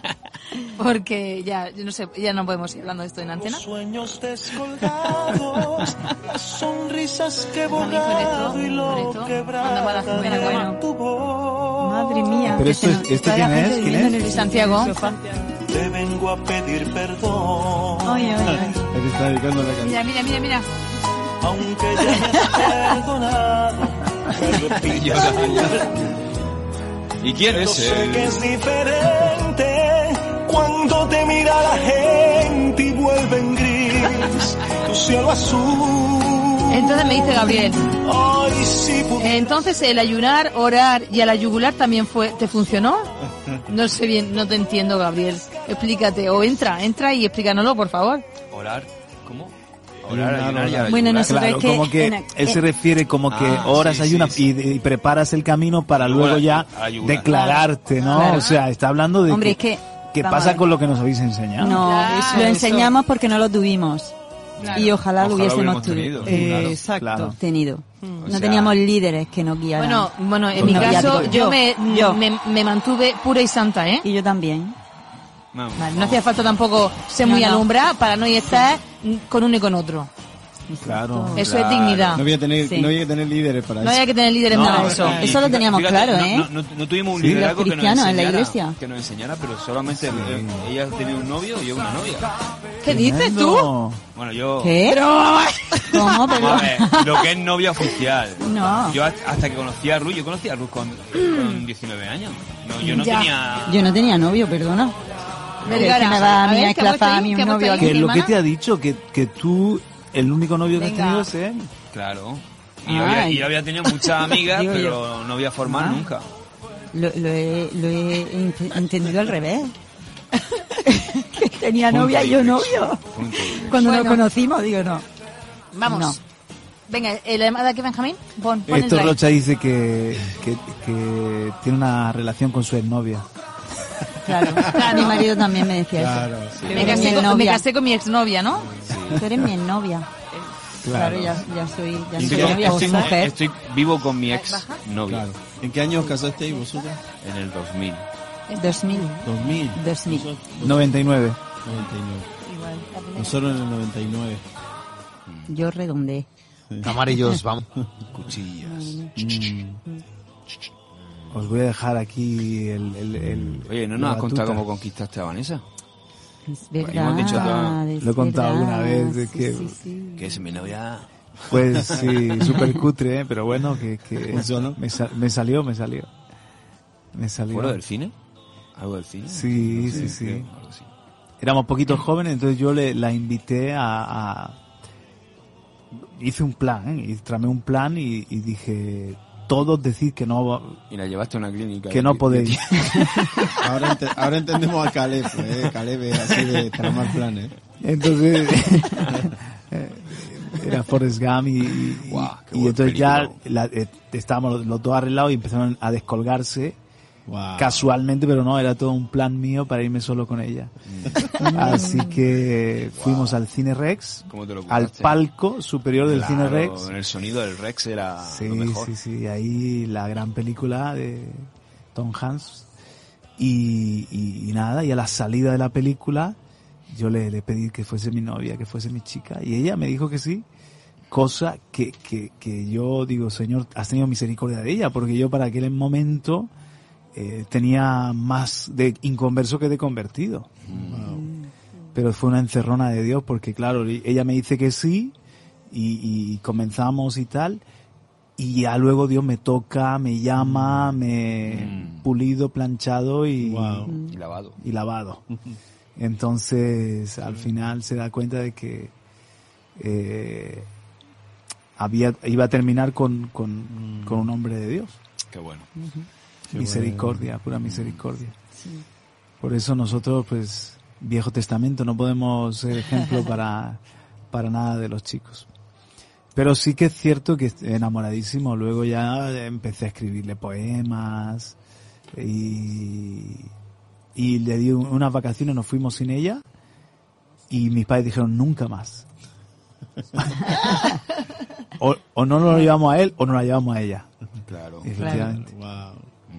S8: porque ya, yo no sé, ya no podemos ir hablando de esto en antena.
S1: Sueños descolgados, las sonrisas que
S8: Benjamín, con esto, con esto, mandamos a la gente la buena.
S1: tu voz.
S11: Madre mía.
S3: Pero esto, es- esto quién es, quién es?
S8: Santiago.
S1: Te vengo a pedir perdón,
S11: Ay, ay, ay.
S3: Él está dedicando la canción.
S8: Mira, mira, mira, mira.
S1: aunque ya me has perdonado. me
S6: Yo
S1: arrepiento,
S6: también. ¿Y quién
S1: Yo
S6: es
S1: sé que
S6: él?
S1: es diferente cuando te mira la gente y vuelve en gris tu cielo azul.
S8: Entonces me dice Gabriel,
S1: Hoy sí
S11: Eh,
S1: pudiera
S8: entonces el ayunar, orar y a la yugular también fue, ¿te funcionó? No sé bien, no te entiendo, Gabriel. Explícate, o entra, entra y explícanoslo, por favor.
S6: Orar. ¿Cómo? Orar, ayunar y ayudar.
S8: Bueno, nosotros
S3: Claro,
S8: es que
S3: como que
S11: en a-
S3: él se refiere como que
S6: Ah,
S3: horas
S6: sí,
S3: hay
S6: sí,
S3: una
S6: sí.
S3: Y, y preparas el camino para
S6: Luego
S3: luego
S6: la-
S3: ya
S6: la yugular.
S3: declararte, ¿no?
S8: Claro.
S3: O sea, está hablando de
S11: Hombre, es
S3: que,
S11: que.
S3: qué
S8: vamos a
S3: pasa
S8: ver.
S3: con lo que nos habéis enseñado.
S11: No,
S8: Claro,
S11: lo
S8: eso.
S11: enseñamos porque no lo tuvimos. Y ojalá, lo
S6: Ojalá
S11: hubiésemos
S6: hubiéramos
S11: tuvi-
S6: tenido,
S11: eh,
S6: claro.
S7: Exacto.
S3: Claro.
S11: tenido.
S6: O
S11: No
S6: sea,
S11: teníamos líderes que nos guiaran.
S8: Bueno, bueno, en
S3: Pues
S8: mi
S3: no,
S11: ya
S8: caso
S11: digo
S8: yo,
S11: yo.
S8: me,
S11: Yo.
S8: me, me mantuve pura y santa, ¿eh?
S11: y yo también.
S6: vamos,
S8: Vale, no hacía falta tampoco ser muy
S11: No, no.
S8: alumbrada para no estar con uno y con otro.
S3: Claro.
S8: Eso es dignidad.
S4: No había que tener,
S11: Sí.
S4: no había que tener líderes para
S8: Ah, No
S4: eso.
S8: había que tener líderes
S6: No,
S8: para
S6: no,
S8: eso.
S6: y
S11: Eso lo teníamos claro,
S6: no-
S11: ¿eh?
S6: No, no- no tuvimos un
S3: Sí.
S6: liderazgo
S11: Los
S6: que nos,
S11: cristianos en la
S6: enseñara,
S11: iglesia.
S6: que nos enseñara, pero solamente eh, ella tenía un novio y yo una novia.
S8: ¿Qué dices tú?
S3: Tremendo.
S6: Bueno, yo...
S11: ¿Qué? ¿Cómo? Pero-
S6: Vamos a ver, lo que es novia oficial.
S11: No.
S6: Yo hasta hasta que conocí a Ruth, yo conocí a Ruth con, con 19 años. No, yo no
S8: Ya.
S6: tenía...
S11: Yo no tenía novio, perdona.
S8: Vergara,
S11: Es que me va a
S8: ver,
S11: mí a
S8: ¿qué ha puesto
S11: esclafar a
S8: ahí?
S11: mí
S8: ¿Qué
S11: un
S8: ha puesto
S11: novio
S8: ahí?
S3: Que lo que
S8: hermana?
S3: te ha dicho, que, que tú, el único novio que
S8: Venga.
S3: has tenido es él.
S6: Claro. Y yo, había,
S11: Ay.
S6: y yo había tenido muchas amigas,
S11: Digo
S6: pero no había formado
S11: Ah.
S6: nunca.
S11: Lo, lo he, lo he ent- entendido al revés. que tenía novia y yo novio.
S6: Punto y-
S11: Cuando
S8: Bueno.
S11: nos conocimos, digo no.
S8: Vamos.
S11: No.
S8: Venga, eh, la llamada aquí, Benjamín. Pon, pon el
S3: Héctor
S8: drive.
S3: Rocha dice que, que, que tiene una relación con su exnovia.
S11: Claro. Mi marido también me decía
S4: Claro, sí.
S11: eso.
S8: Me
S11: Tú eres mi
S8: casé, con, me
S11: novia.
S8: casé con mi exnovia, ¿no?
S11: Tú eres mi novia. Claro, ya, ya soy, ya soy
S6: Estoy, con-
S11: novia,
S6: estoy-
S11: soy mujer.
S6: estoy vivo con mi ex
S8: Baja.
S6: novio
S4: Claro. ¿En qué año os casasteis vosotros?
S6: en el 2000.
S11: 2000.
S4: 2000.
S11: 2000.
S3: 99.
S4: 99.
S8: Igual, la primera.
S4: Nosotros en el 99.
S11: Yo redondeé.
S2: Camarillos, vamos.
S6: Cuchillas.
S3: Os voy a dejar aquí el... el, el-
S6: Oye, ¿no
S3: la
S6: nos has contado
S3: batuta.
S6: cómo conquistaste a Vanessa?
S11: Es
S6: Hemos
S11: verdad.
S6: dicho toda-
S11: es
S3: Lo he contado
S11: verdad.
S3: alguna vez, de
S11: Sí,
S3: que-
S11: sí, sí.
S6: Que es mi novia.
S3: Pues sí, súper cutre, ¿eh? pero bueno, que, que
S4: Funcionó.
S3: Me, sa- me salió, me salió. Me salió.
S6: ¿Fue lo del cine? ¿Algo del cine?
S3: Sí, sí, sí.
S6: Algo así.
S3: Éramos poquitos jóvenes, entonces yo le, la invité a, a- Hice un plan, ¿eh? y tramé un plan y, y dije, todos decid que no,
S6: Y la llevaste a una clínica.
S3: que no podéis.
S4: Ahora, ente- ahora entendemos a Caleb, eh. Caleb es así de tramar planes.
S3: Entonces, eh, era Forrest Gump y, y-
S6: Guau, qué
S3: y
S6: buen
S3: entonces ya
S6: película.
S3: la- eh, estábamos los, los dos arreglados y empezaron a descolgarse
S12: Wow.
S3: Casualmente, pero no, era todo un plan mío para irme solo con ella.
S6: Mm.
S3: Así que fuimos al Cine Rex,
S6: ¿Cómo te lo
S3: al
S6: curraste?
S3: palco superior del Cine
S6: Claro,
S3: Rex.
S6: El sonido del Rex era
S3: Sí,
S6: lo mejor.
S3: sí, sí, ahí la gran película de Tom Hanks. Y, y- y nada, y a la salida de la película yo le, le pedí que fuese mi novia, que fuese mi chica, y ella me dijo que sí, cosa que, que, que yo digo, Señor, has tenido misericordia de ella, porque yo para aquel momento eh, tenía más de inconverso que de convertido. Pero fue una encerrona de Dios, porque claro, y- ella me dice que sí, y, y comenzamos y tal, y ya luego Dios me toca, me llama, me pulido, planchado y,
S6: Y lavado.
S3: y lavado. Entonces, al final se da cuenta de que eh, había, iba a terminar con, con, con un hombre de Dios.
S6: Qué bueno.
S3: misericordia, pura misericordia. Por eso nosotros, pues, Viejo Testamento, no podemos ser ejemplo para, para nada de los chicos. Pero sí que es cierto que est- enamoradísimo. Luego ya empecé a escribirle poemas y, y le di un- unas vacaciones, nos fuimos sin ella y mis padres dijeron nunca más. o, o no nos lo llevamos a él o no la llevamos a ella.
S6: Claro.
S3: Efectivamente.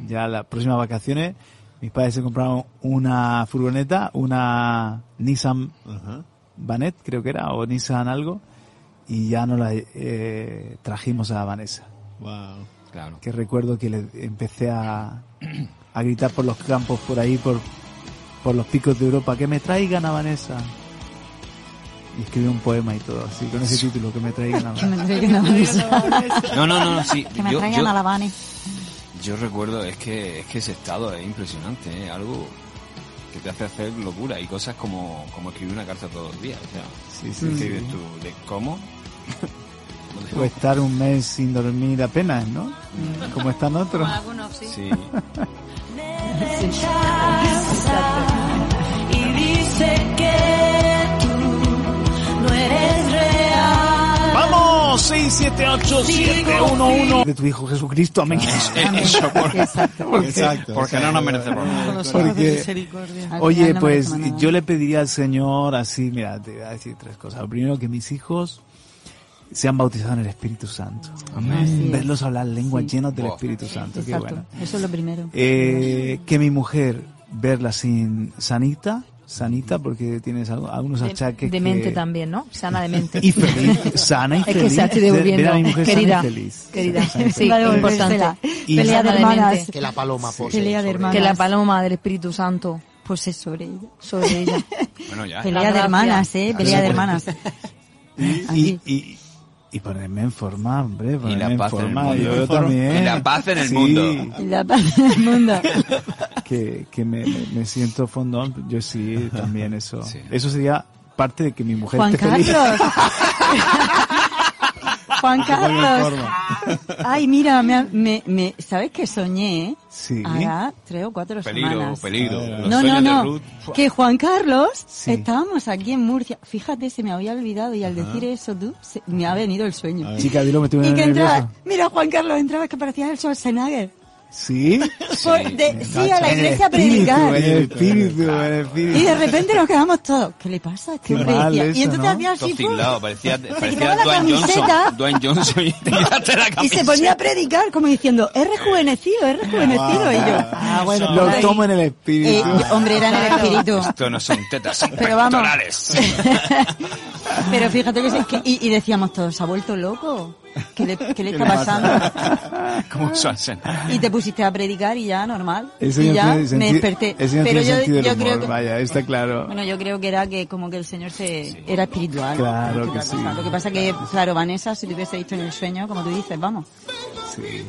S3: Ya las próximas vacaciones, mis padres se compraron una furgoneta, una Nissan Vanet, creo que era, o Nissan algo, y ya nos la eh, trajimos a Vanessa.
S12: Wow.
S6: Claro.
S3: Que recuerdo que le empecé a, a gritar por los campos, por ahí, por, por los picos de Europa, que me traigan a Vanessa. Y escribí un poema y todo, así, con ese título, que me traigan a
S5: Que me
S3: Vanessa.
S5: entreguen a Vanessa.
S6: No, no, no, no, sí.
S5: Que me
S6: Yo-
S5: traigan
S6: yo-
S5: a la Vane.
S6: Yo recuerdo, es que, es que ese estado es impresionante, ¿eh? algo que te hace hacer locura y cosas como, como escribir una carta todos los días. O sea,
S3: Sí, sí,
S6: ¿qué
S3: sí.
S6: dices tú? ¿De cómo? No sé.
S3: O estar un mes sin dormir apenas, ¿no? Como están otros.
S6: Sí.
S9: y dice que tú no eres real.
S3: ¡Vamos! 678 711 De tu Hijo Jesucristo, amén.
S8: Ah,
S6: Eso, por-
S3: Porque-
S12: Exacto.
S6: Porque no nos merecemos
S13: Con
S6: nada.
S13: los ojos de
S3: Porque,
S13: misericordia.
S3: oye, pues yo le pediría al Señor así, mira, te voy a decir tres cosas. Lo primero, que mis hijos sean bautizados en el Espíritu Santo.
S14: Así es.
S3: Verlos hablar lenguas llenos del
S6: Wow.
S3: Espíritu Santo. Qué
S14: Exacto,
S3: bueno.
S14: eso es lo primero.
S3: Eh, que mi mujer, verla sin sanita, sanita, porque tienes algo- algunos achaques.
S8: de mente
S3: que-
S8: también, ¿no? Sana de mente.
S3: Y feliz, sana y
S8: Es que
S3: feliz.
S8: se ha ido
S3: Ver- ver
S8: volviendo,
S3: a mi mujer sana y
S8: querida,
S3: feliz.
S8: Querida,
S3: Sana y
S8: sí,
S3: feliz.
S5: Vale, volvérsela.
S8: importante.
S3: Y-
S5: Pelea de hermanas.
S2: Que la paloma pose.
S14: Pelea de
S2: sobre-
S14: hermanas.
S8: Que la paloma del Espíritu Santo
S5: Pues es sobre ella.
S8: sobre ella.
S6: Bueno, ya.
S5: Pelea
S8: Feliz-
S5: de
S8: gracia.
S5: hermanas, ¿eh? Pelea de hermanas.
S3: y, y, y ponerme en forma, hombre, ponerme
S6: la
S3: en
S6: paz en el
S3: forma.
S6: mundo.
S3: Yo también.
S6: Y la paz en el
S3: Sí,
S6: mundo.
S5: Y La paz del mundo.
S3: Que, que me, me siento fondón. Yo sí, también eso.
S6: Sí.
S3: Eso sería parte de que mi mujer
S5: Juan
S3: esté feliz.
S5: Carlos. Juan Carlos. Ay, mira, me, ha- me, me- ¿sabes que soñé? eh?
S3: Sí.
S5: Hará tres o cuatro
S6: Peligro,
S5: semanas.
S6: peligro. Los
S5: No, no,
S6: sueños de
S5: no.
S6: Ruth.
S5: Que Juan Carlos,
S3: Sí.
S5: estábamos aquí en Murcia. Fíjate, se me había olvidado y al decir eso tú, se- me ha venido el sueño.
S3: Chica, dilo, me estoy
S5: Y que
S3: poniendo nervioso.
S5: entraba, mira Juan Carlos, entraba que parecía el Schwarzenegger.
S3: Sí.
S5: Por- Pues de- Sí, a la
S3: En el
S5: iglesia a
S3: espíritu,
S5: predicar.
S3: En el espíritu, en el espíritu.
S5: Y de repente nos quedamos todos. ¿Qué le pasa a este
S3: Qué
S5: hombre?
S3: mal
S5: Y-
S3: eso,
S5: y entonces
S3: ¿no?
S5: hacía así, pues,
S6: Todo
S5: ¡pum!
S6: tinglado, parecía,
S5: quitaba
S6: parecía
S5: la
S6: Dwayne
S5: camiseta.
S6: Johnson. Dwayne Johnson y te quitaste la
S5: Y
S6: camiseta.
S5: se ponía a predicar como diciendo, he rejuvenecido, he rejuvenecido. Y yo, ah, bueno, por
S3: Lo
S5: ahí.
S3: tomo en el
S5: Eh,
S3: espíritu.
S5: hombre, era en el espíritu.
S6: Esto no son tetas, son
S5: Pero vamos.
S6: pectorales.
S5: Pero fíjate que, es que y, y decíamos todos, ¿se ha vuelto loco? ¿Qué le, qué le está pasando?
S6: Como Schwarzenegger.
S5: Y te pusiste a predicar y ya, normal.
S3: El
S5: y
S3: señor
S5: ya
S3: tiene
S5: me
S3: senti-
S5: desperté.
S3: El señor
S5: Pero
S3: tiene
S5: yo,
S3: sentido del
S5: yo
S3: humor,
S5: creo que...
S3: vaya, está claro.
S5: Bueno, yo creo que era que como que el Señor se era espiritual.
S3: Claro
S5: Lo
S3: que sí.
S5: Lo que pasa que, claro, Vanessa, si te hubiese visto en el sueño, como tú dices, vamos.
S3: Sí.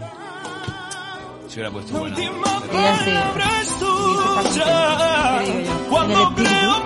S6: Se hubiera puesto buena.
S5: Ella se... hubiese estado contenta, te digo yo. En el espíritu.